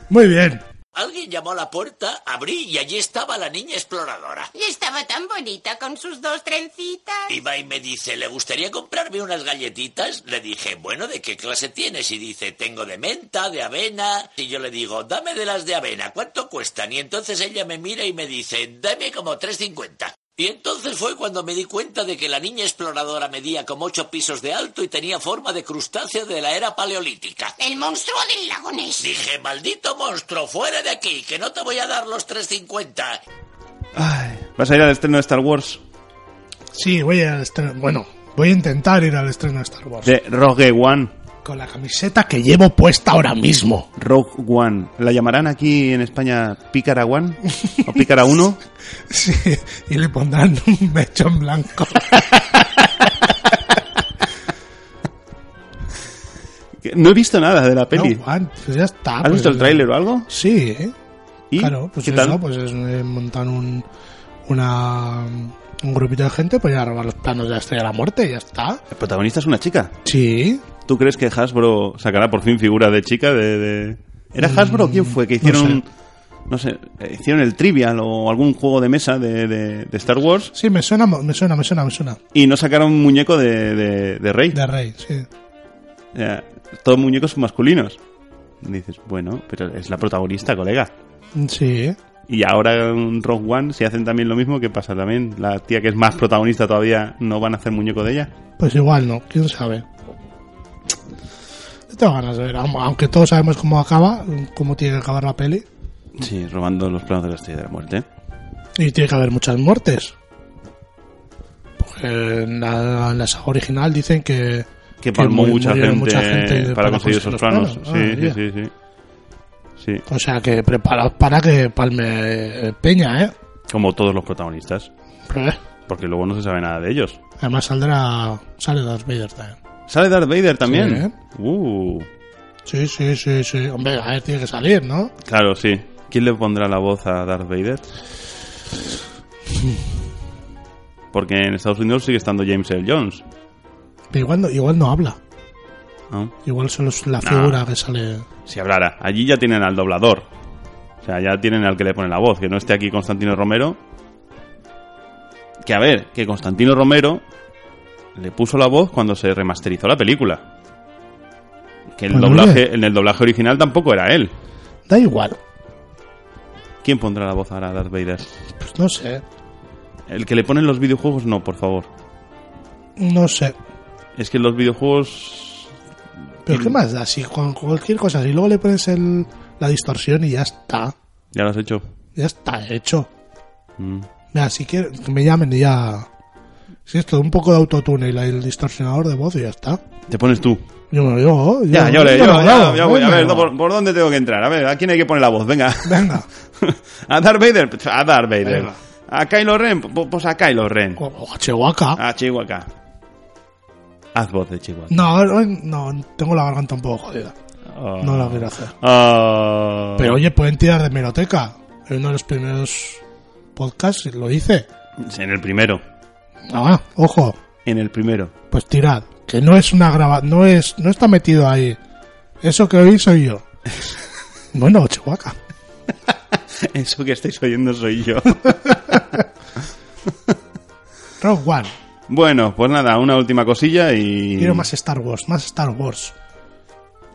Speaker 4: Muy bien.
Speaker 7: Alguien llamó a la puerta, abrí y allí estaba la niña exploradora.
Speaker 6: Y estaba tan bonita con sus dos trencitas.
Speaker 7: Y va y me dice, ¿le gustaría comprarme unas galletitas? Le dije, bueno, ¿de qué clase tienes? Y dice, tengo de menta, de avena. Y yo le digo, dame de las de avena, ¿cuánto cuestan? Y entonces ella me mira y me dice, dame como 3.50. Y entonces fue cuando me di cuenta de que la niña exploradora medía como ocho pisos de alto y tenía forma de crustáceo de la era paleolítica.
Speaker 6: El monstruo del lagonés.
Speaker 7: Dije, maldito monstruo, fuera de aquí, que no te voy a dar los 3.50.
Speaker 3: ¿Vas a ir al estreno de Star Wars?
Speaker 4: Sí, voy al estreno. Bueno, voy a intentar ir al estreno de Star Wars.
Speaker 3: De Rogue One.
Speaker 4: Con la camiseta que llevo puesta ahora mismo.
Speaker 3: Rogue One. ¿La llamarán aquí en España Pícara One? ¿O Pícara 1?
Speaker 4: Sí, y le pondrán un mechón blanco.
Speaker 3: Que No he visto nada de la peli.
Speaker 4: No, Juan, pues ya está.
Speaker 3: ¿Has
Speaker 4: pues,
Speaker 3: visto el tráiler o algo?
Speaker 4: Sí, ¿eh?
Speaker 3: ¿Y?
Speaker 4: claro, pues
Speaker 3: ¿Qué
Speaker 4: eso,
Speaker 3: tal?
Speaker 4: pues es eh, montar un, una, un grupito de gente pues ir a robar los planos de la Estrella de la Muerte y ya está.
Speaker 3: La protagonista es una chica.
Speaker 4: Sí,
Speaker 3: ¿Tú crees que Hasbro sacará por fin figura de chica de... de- ¿Era Hasbro o quién fue? Que hicieron... un- No sé, eh, hicieron el Trivial o algún juego de mesa de, de- de Star Wars
Speaker 4: sí, me suena, me suena, me suena, me suena.
Speaker 3: y no sacaron un muñeco de, de, de Rey.
Speaker 4: De Rey, sí.
Speaker 3: O sea, todos muñecos masculinos. Y dices, bueno, pero es la protagonista, colega.
Speaker 4: Sí,
Speaker 3: Y ahora en Rogue One, si hacen también lo mismo, ¿qué pasa? También la tía que es más protagonista todavía no van a hacer muñeco de ella.
Speaker 4: pues igual no, quién sabe. Yo tengo ganas de ver, aun- aunque todos sabemos cómo acaba, cómo tiene que acabar la peli.
Speaker 3: Sí, robando los planos de la estrella de la muerte.
Speaker 4: Y tiene que haber muchas muertes. Porque en la, en la saga original dicen que.
Speaker 3: Que palmó
Speaker 4: mu-
Speaker 3: mucha gente,
Speaker 4: murieron mucha gente
Speaker 3: para conseguir esos
Speaker 4: los
Speaker 3: planos.
Speaker 4: Madre
Speaker 3: Sí,
Speaker 4: mía.
Speaker 3: sí, sí, sí. Sí,
Speaker 4: O sea que preparaos para que palme eh, Peña, ¿eh?
Speaker 3: como todos los protagonistas.
Speaker 4: Pero, eh,
Speaker 3: Porque luego no se sabe nada de ellos.
Speaker 4: Además saldrá. Sale Darth Vader también.
Speaker 3: ¿Sale Darth Vader también?
Speaker 4: Sí.
Speaker 3: Uh,
Speaker 4: Sí, sí, sí, sí. Hombre, a ver, tiene que salir, ¿no?
Speaker 3: claro, sí. ¿Quién le pondrá la voz a Darth Vader? Porque en Estados Unidos sigue estando James L. Jones.
Speaker 4: Pero igual no, igual no habla.
Speaker 3: ¿no?
Speaker 4: Igual solo es la figura que sale.
Speaker 3: si hablara. Allí ya tienen al doblador. O sea, ya tienen al que le pone la voz. Que no esté aquí Constantino Romero. Que a ver, que Constantino Romero le puso la voz cuando se remasterizó la película. Que el
Speaker 4: Pues muy
Speaker 3: doblaje,
Speaker 4: bien.
Speaker 3: en el doblaje original tampoco era él.
Speaker 4: Da igual.
Speaker 3: ¿Quién pondrá la voz ahora a Darth Vader?
Speaker 4: Pues no sé.
Speaker 3: El que le ponen los videojuegos, no, por favor.
Speaker 4: No sé.
Speaker 3: Es que los videojuegos.
Speaker 4: Pero ¿qué más da? Si con cualquier cosa, si luego le pones el, la distorsión y ya está.
Speaker 3: Ya lo has hecho.
Speaker 4: Ya está hecho.
Speaker 3: Mm.
Speaker 4: Mira, si quieren, que me llamen y ya. Si esto, un poco de autotune y la- el distorsionador de voz y ya está.
Speaker 3: Te pones tú.
Speaker 4: Yo me lo digo.
Speaker 3: Ya, yo,
Speaker 4: yo
Speaker 3: le,
Speaker 4: me
Speaker 3: yo,
Speaker 4: lo
Speaker 3: ya,
Speaker 4: grabo,
Speaker 3: ya voy. A
Speaker 4: venga.
Speaker 3: ver, no, ¿por, por dónde tengo que entrar? A ver, ¿a quién hay que poner la voz? Venga.
Speaker 4: Venga.
Speaker 3: ¿A Darth Vader? Pues A Darth Vader.
Speaker 4: Venga.
Speaker 3: ¿A Kylo Ren? Pu- Pues a Kylo Ren.
Speaker 4: O, o a Chihuahua.
Speaker 3: A Chihuahua. Haz voz de Chihuahua.
Speaker 4: No, hoy no, tengo la garganta un poco jodida.
Speaker 3: Oh.
Speaker 4: No la quiero hacer.
Speaker 3: Oh.
Speaker 4: Pero oye, pueden tirar de meroteca. En uno de los primeros podcasts lo hice.
Speaker 3: En el primero.
Speaker 4: Ah, ojo,
Speaker 3: En el primero.
Speaker 4: pues tirad. Que no es una graba, no es, no está metido ahí. Eso que oí soy yo. Bueno, Chihuahua.
Speaker 3: Eso que estáis oyendo soy yo.
Speaker 4: Rogue One.
Speaker 3: bueno, pues nada, una última cosilla y.
Speaker 4: Quiero más Star Wars, más Star Wars.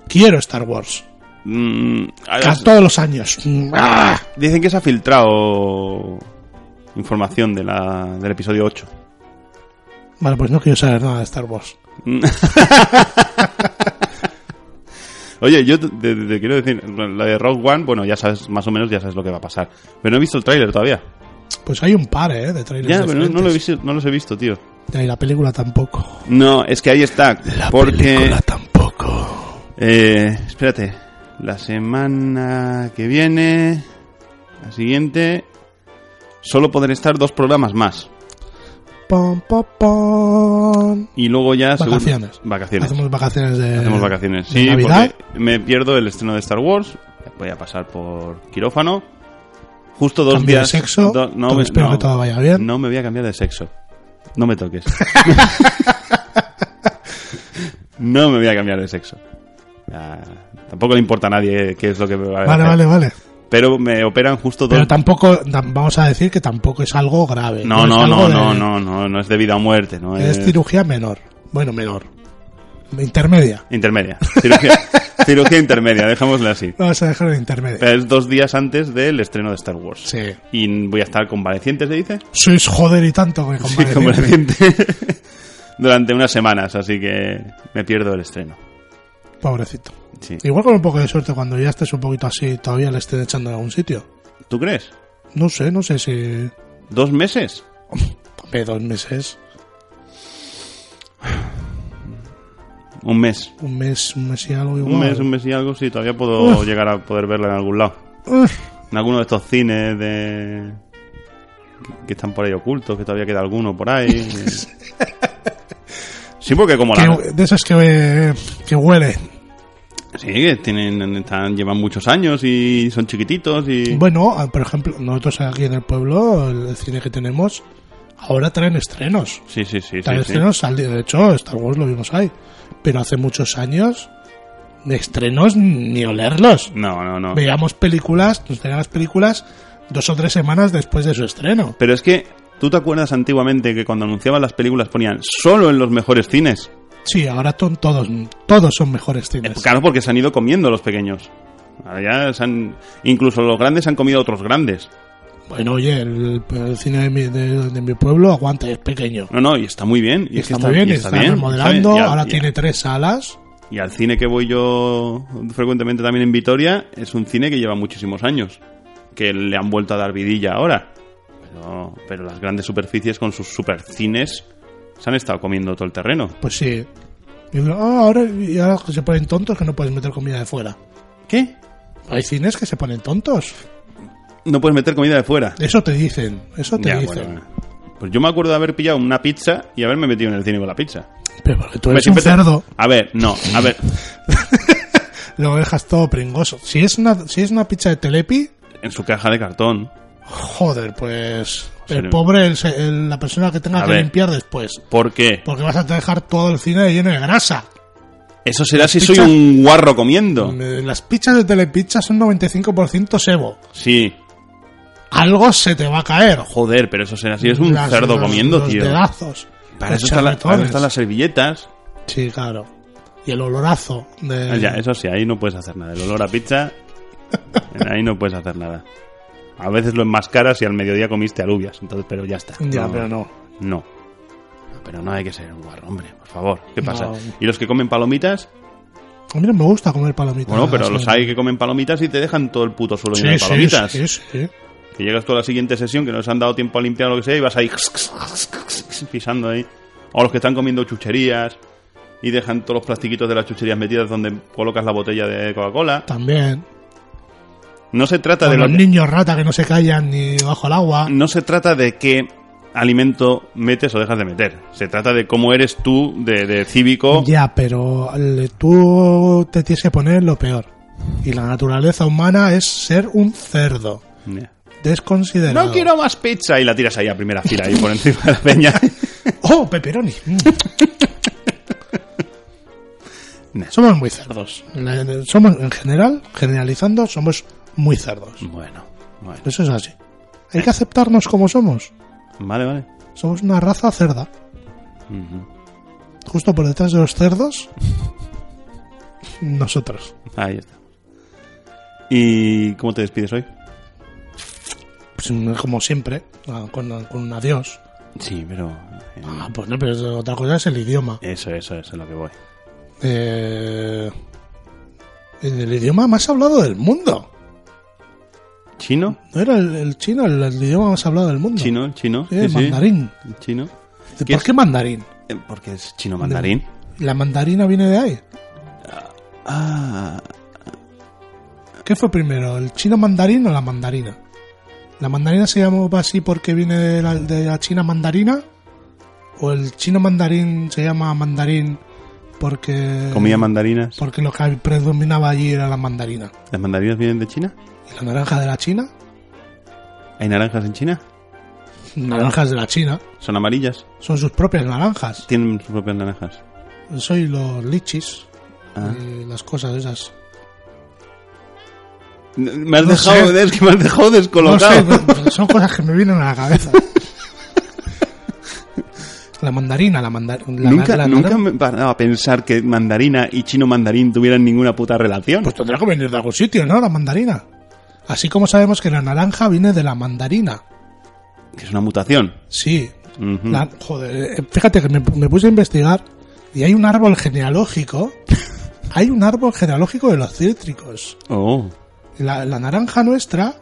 Speaker 4: Quiero Star Wars.
Speaker 3: Mm,
Speaker 4: A
Speaker 3: además,
Speaker 4: todos los años. ¡Ah!
Speaker 3: dicen que se ha filtrado información de la, del episodio 8.
Speaker 4: Vale, pues no quiero saber nada de Star Wars.
Speaker 3: Oye, yo te, te- te quiero decir, la de Rogue One, bueno, ya sabes, más o menos ya sabes lo que va a pasar. Pero no he visto el tráiler todavía.
Speaker 4: Pues hay un par, ¿eh? De trailers.
Speaker 3: Ya, pero no, no lo he
Speaker 4: diferentes.
Speaker 3: visto, no los he visto, tío.
Speaker 4: Ya, y la película tampoco.
Speaker 3: No, es que ahí está. porque.
Speaker 4: película tampoco.
Speaker 3: Eh, espérate. La semana que viene. La siguiente. Solo podrán estar dos programas más.
Speaker 4: Pom, pom, pom.
Speaker 3: Y luego ya. según-
Speaker 4: Vacaciones.
Speaker 3: Vacaciones.
Speaker 4: Hacemos vacaciones de.
Speaker 3: Hacemos vacaciones.
Speaker 4: de
Speaker 3: Sí,
Speaker 4: Navidad.
Speaker 3: porque me pierdo el estreno de Star Wars. Voy a pasar por quirófano. Justo dos
Speaker 4: Cambio de
Speaker 3: días.
Speaker 4: sexo.
Speaker 3: do- no,
Speaker 4: Todo-
Speaker 3: me-
Speaker 4: espero
Speaker 3: no,
Speaker 4: que todo vaya bien.
Speaker 3: No me voy a cambiar de sexo. No me toques. no me voy a cambiar de sexo. Ah, tampoco le importa a nadie qué es lo que me va a
Speaker 4: Vale,
Speaker 3: hacer.
Speaker 4: vale, vale.
Speaker 3: Pero me operan justo dos.
Speaker 4: Pero tampoco, tam- vamos a decir que tampoco es algo grave.
Speaker 3: no,
Speaker 4: es
Speaker 3: no, no,
Speaker 4: algo de-
Speaker 3: no, eh. no, no, no es de vida o muerte, no
Speaker 4: Es
Speaker 3: es
Speaker 4: cirugía menor. Bueno, menor. Intermedia.
Speaker 3: intermedia. Cirugía, cirugía intermedia, dejémosla así.
Speaker 4: Vamos a dejar de intermedia.
Speaker 3: Pero es dos días antes del estreno de Star Wars.
Speaker 4: Sí.
Speaker 3: Y voy a estar convaleciente, ¿se dice?
Speaker 4: Sois joder y tanto que
Speaker 3: Sí,
Speaker 4: convaleciente.
Speaker 3: convaleciente. Durante unas semanas, así que me pierdo el estreno.
Speaker 4: Pobrecito.
Speaker 3: Sí.
Speaker 4: Igual con un poco de suerte, cuando ya estés un poquito así, todavía le estén echando en algún sitio.
Speaker 3: ¿Tú crees?
Speaker 4: No sé, no sé si.
Speaker 3: ¿Dos meses?
Speaker 4: Hombre, dos meses,
Speaker 3: Un mes.
Speaker 4: un mes, un mes y algo igual.
Speaker 3: Un mes, un mes y algo, sí, todavía puedo llegar a poder verla en algún lado.
Speaker 4: Uf,
Speaker 3: En alguno de estos cines de... que están por ahí ocultos, que todavía queda alguno por ahí. Sí, porque como la...
Speaker 4: que- de esas que, eh, que huele.
Speaker 3: Sí, que tienen, están, llevan muchos años y son chiquititos y...
Speaker 4: Bueno, ah, por ejemplo, nosotros aquí en el pueblo, el cine que tenemos, ahora traen estrenos.
Speaker 3: Sí, sí, sí.
Speaker 4: Traen
Speaker 3: sí, sí.
Speaker 4: estrenos, al día- de hecho, Star Wars lo vimos ahí. Pero hace muchos años, de estrenos ni olerlos.
Speaker 3: No, no, no.
Speaker 4: Veíamos películas, nos traían las películas dos o tres semanas después de su estreno.
Speaker 3: Pero es que, ¿tú te acuerdas antiguamente que cuando anunciaban las películas ponían solo en los mejores cines?
Speaker 4: Sí, ahora son todos, todos son mejores
Speaker 3: Eh,
Speaker 4: cines.
Speaker 3: Claro, porque se han ido comiendo los pequeños. Ahora ya se han- incluso los grandes han comido a otros grandes.
Speaker 4: Bueno, oye, el, el cine de mi, de- de mi pueblo aguanta, es pequeño.
Speaker 3: No, no, y está muy bien. Y es que
Speaker 4: está, muy bien,
Speaker 3: y
Speaker 4: está, remodelando,
Speaker 3: está bien. Y al-
Speaker 4: ahora
Speaker 3: y-
Speaker 4: tiene tres salas.
Speaker 3: Y al cine que voy yo frecuentemente también en Vitoria, es un cine que lleva muchísimos años. Que le han vuelto a dar vidilla ahora. Pero, pero las grandes superficies con sus supercines se han estado comiendo todo el terreno.
Speaker 4: Pues sí. Y uno, "Ah, ahora, y ahora se ponen tontos que no puedes meter comida de fuera.
Speaker 3: ¿Qué?
Speaker 4: Hay cines que se ponen tontos.
Speaker 3: No puedes meter comida de fuera.
Speaker 4: Eso te dicen, eso te
Speaker 3: Ya,
Speaker 4: dicen.
Speaker 3: bueno. Pues yo me acuerdo de haber pillado una pizza y haberme metido en el cine con la pizza.
Speaker 4: Pero porque tú
Speaker 3: Hombre,
Speaker 4: eres un
Speaker 3: siempre te-
Speaker 4: cerdo,
Speaker 3: A ver, no, a ver.
Speaker 4: lo dejas todo pringoso. Si es una, si es una pizza de Telepi,
Speaker 3: En su caja de cartón.
Speaker 4: joder, pues el
Speaker 3: Sí.
Speaker 4: pobre, el se- el- la persona que tenga
Speaker 3: A
Speaker 4: que
Speaker 3: ver.
Speaker 4: limpiar después.
Speaker 3: ¿Por qué?
Speaker 4: Porque vas a dejar todo el cine lleno de grasa.
Speaker 3: Eso será si
Speaker 4: pizzas-
Speaker 3: soy un guarro comiendo.
Speaker 4: Me- Las pizzas de Telepizza son 95% sebo.
Speaker 3: Sí.
Speaker 4: Algo se te va a caer.
Speaker 3: Joder, pero eso será si es un
Speaker 4: Las-
Speaker 3: cerdo
Speaker 4: los-
Speaker 3: comiendo,
Speaker 4: los
Speaker 3: tío.
Speaker 4: Dedazos,
Speaker 3: Para
Speaker 4: los
Speaker 3: eso, están la- para eso
Speaker 4: charletones.
Speaker 3: están las servilletas.
Speaker 4: Sí, claro. y el olorazo de...
Speaker 3: Ah, Ya, eso sí, ahí no puedes hacer nada. El olor a pizza, ahí no puedes hacer nada. A veces lo enmascaras y al mediodía comiste alubias, entonces, pero ya está.
Speaker 4: Ya, pero no.
Speaker 3: No. Pero no hay que ser un guarro, hombre, por favor. ¿Qué pasa?
Speaker 4: No.
Speaker 3: ¿Y los que comen palomitas?
Speaker 4: A mí no me gusta comer palomitas.
Speaker 3: Bueno, pero
Speaker 4: Sí.
Speaker 3: los hay que comen palomitas y te dejan todo el puto suelo
Speaker 4: Sí,
Speaker 3: lleno de
Speaker 4: sí,
Speaker 3: palomitas.
Speaker 4: sí, sí.
Speaker 3: Que llegas tú a la siguiente sesión que no les han dado tiempo a limpiar o lo que sea y vas ahí pisando ahí. O los que están comiendo chucherías y dejan todos los plastiquitos de las chucherías metidas donde colocas la botella de Coca-Cola.
Speaker 4: También.
Speaker 3: No se trata
Speaker 4: O
Speaker 3: de lo
Speaker 4: los
Speaker 3: que-
Speaker 4: niños rata que no se callan ni bajo el agua.
Speaker 3: no se trata de qué alimento metes o dejas de meter. Se trata de cómo eres tú de, de cívico.
Speaker 4: Ya, pero le- tú te tienes que poner lo peor. Y la naturaleza humana es ser un cerdo.
Speaker 3: Ya.
Speaker 4: Desconsiderado.
Speaker 3: No quiero más pizza y la tiras ahí a primera fila ahí por encima de la peña.
Speaker 4: ¡Oh, pepperoni! Mm.
Speaker 3: Nah.
Speaker 4: somos muy cerdos. La- la- Somos, en general, generalizando, somos muy cerdos.
Speaker 3: Bueno, bueno.
Speaker 4: Eso es así. Hay que aceptarnos como somos.
Speaker 3: Vale, vale.
Speaker 4: Somos una raza cerda. Justo por detrás de los cerdos, nosotros.
Speaker 3: Ahí está. ¿Y cómo te despides hoy?
Speaker 4: Pues, mm, como siempre, ah, con, con un adiós.
Speaker 3: Sí, pero. eh,
Speaker 4: Ah, pues no, pero eso- otra cosa es el idioma.
Speaker 3: Eso, eso, eso es lo que voy.
Speaker 4: Eh, el idioma más hablado del mundo.
Speaker 3: ¿Chino?
Speaker 4: No era el, el chino, el, el idioma más hablado del mundo.
Speaker 3: ¿Chino? ¿Chino?
Speaker 4: Sí, Eh, mandarín.
Speaker 3: ¿Chino?
Speaker 4: ¿Por
Speaker 3: ¿Qué
Speaker 4: qué,
Speaker 3: es?
Speaker 4: mandarín?
Speaker 3: Eh, Porque es chino mandarín.
Speaker 4: ¿La mandarina viene de ahí?
Speaker 3: Ah,
Speaker 4: ¿Qué fue primero, el chino mandarín o la mandarina? ¿La mandarina se llamó así porque viene de la, de la China mandarina? ¿O el chino mandarín se llama mandarín porque,
Speaker 3: comía mandarinas.
Speaker 4: porque lo que predominaba allí era la mandarina?
Speaker 3: ¿Las mandarinas vienen de China?
Speaker 4: ¿Y la naranja de la China?
Speaker 3: ¿Hay naranjas en China?
Speaker 4: Naranjas de la China.
Speaker 3: ¿Son amarillas?
Speaker 4: Son sus propias naranjas.
Speaker 3: Tienen sus propias naranjas.
Speaker 4: Soy los lichis
Speaker 3: Ah.
Speaker 4: y las cosas esas.
Speaker 3: Me has
Speaker 4: No
Speaker 3: dejado,
Speaker 4: sé.
Speaker 3: es que me has dejado
Speaker 4: No
Speaker 3: descolocado.
Speaker 4: sé, pero son cosas que me vienen a la cabeza. La mandarina, la mandarina.
Speaker 3: nunca
Speaker 4: la,
Speaker 3: nunca
Speaker 4: naran-
Speaker 3: me he parado a pensar que mandarina y chino mandarín tuvieran ninguna puta relación.
Speaker 4: Pues tendrá que venir de algún sitio, ¿no? La mandarina. Así como sabemos que la naranja viene de la mandarina.
Speaker 3: que es una mutación.
Speaker 4: Sí.
Speaker 3: Ujú.
Speaker 4: La- joder, eh, fíjate que me, me puse a investigar y hay un árbol genealógico. hay un árbol genealógico de los cítricos.
Speaker 3: Oh,
Speaker 4: La, la naranja nuestra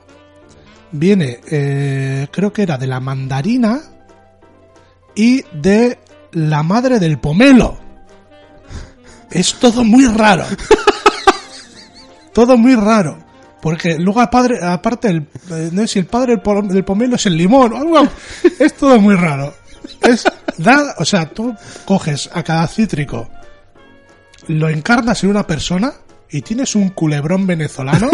Speaker 4: viene, eh, creo que era de la mandarina y de la madre del pomelo. Es todo muy raro. todo muy raro. Porque luego apadre- aparte, el, eh, no sé si el padre del, pol- del pomelo es el limón. o algo. Es todo muy raro. Es, da- o sea, tú coges a cada cítrico, lo encarnas en una persona y tienes un culebrón venezolano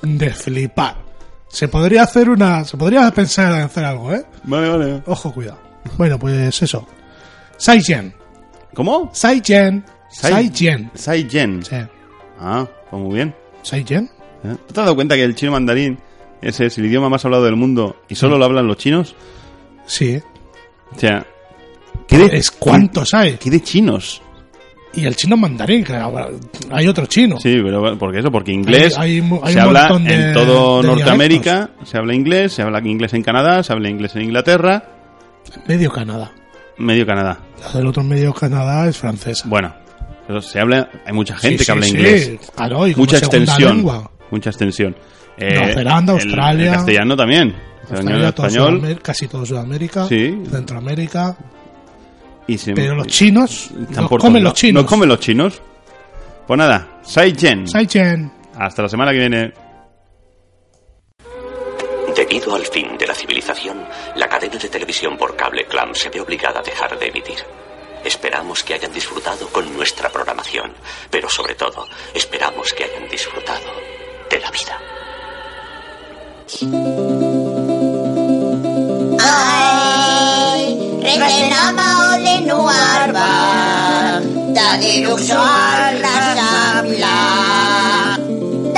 Speaker 4: de flipar. Se podría hacer una. Se podría pensar en hacer algo, ¿eh?
Speaker 3: vale, vale.
Speaker 4: Ojo, cuidado. Bueno, pues eso. Saiyan.
Speaker 3: ¿Cómo?
Speaker 4: Saiyan.
Speaker 3: Sai-
Speaker 4: Saiyan.
Speaker 3: Sai Yen.
Speaker 4: Sí.
Speaker 3: Ah, pues muy bien.
Speaker 4: Saiyan.
Speaker 3: ¿Eh? ¿Tú te has dado cuenta que el chino mandarín ese es el idioma más hablado del mundo y solo lo hablan los chinos?
Speaker 4: Sí.
Speaker 3: O sea, ¿qué de,
Speaker 4: Es cuántos hay.
Speaker 3: qué de chinos?
Speaker 4: Y el chino mandarín, que ahora- hay otro chino.
Speaker 3: Sí, pero bueno, porque eso, porque inglés
Speaker 4: Oh. Hay- hay mu- hay
Speaker 3: se
Speaker 4: un
Speaker 3: habla
Speaker 4: montón de-
Speaker 3: en todo
Speaker 4: de
Speaker 3: Norteamérica, se habla inglés, se habla inglés en Canadá, se habla inglés en Inglaterra,
Speaker 4: Medio Canadá.
Speaker 3: medio Canadá.
Speaker 4: El otro medio Canadá es francesa.
Speaker 3: Bueno, pero se habla, hay mucha gente
Speaker 4: Sí,
Speaker 3: que habla
Speaker 4: sí, sí.
Speaker 3: inglés,
Speaker 4: Claro, y como
Speaker 3: mucha
Speaker 4: segunda
Speaker 3: extensión,
Speaker 4: lengua.
Speaker 3: mucha extensión. Eh,
Speaker 4: Nueva Zelanda,
Speaker 3: el-
Speaker 4: Australia.
Speaker 3: el castellano también,
Speaker 4: Australia, todo
Speaker 3: español,
Speaker 4: Sudamérica- casi todo Sudamérica,
Speaker 3: Sí.
Speaker 4: Centroamérica,
Speaker 3: y se-
Speaker 4: pero los chinos
Speaker 3: están
Speaker 4: los
Speaker 3: por
Speaker 4: comen
Speaker 3: todos
Speaker 4: los
Speaker 3: lados.
Speaker 4: chinos.
Speaker 3: Nos comen los chinos. Pues nada, Sai Chen.
Speaker 4: Saiyan.
Speaker 3: Hasta la semana que viene.
Speaker 8: Debido al fin de la civilización, la cadena de televisión por cable Clam se ve obligada a dejar de emitir. Esperamos que hayan disfrutado con nuestra programación, pero sobre todo, esperamos que hayan disfrutado de la vida.
Speaker 6: Ai, retenama ole noir va, da diruxo al rasabla,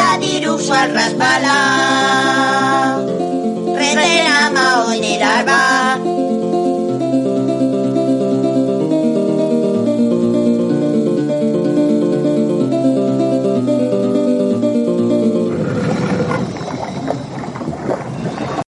Speaker 6: da diruxo al rasbala,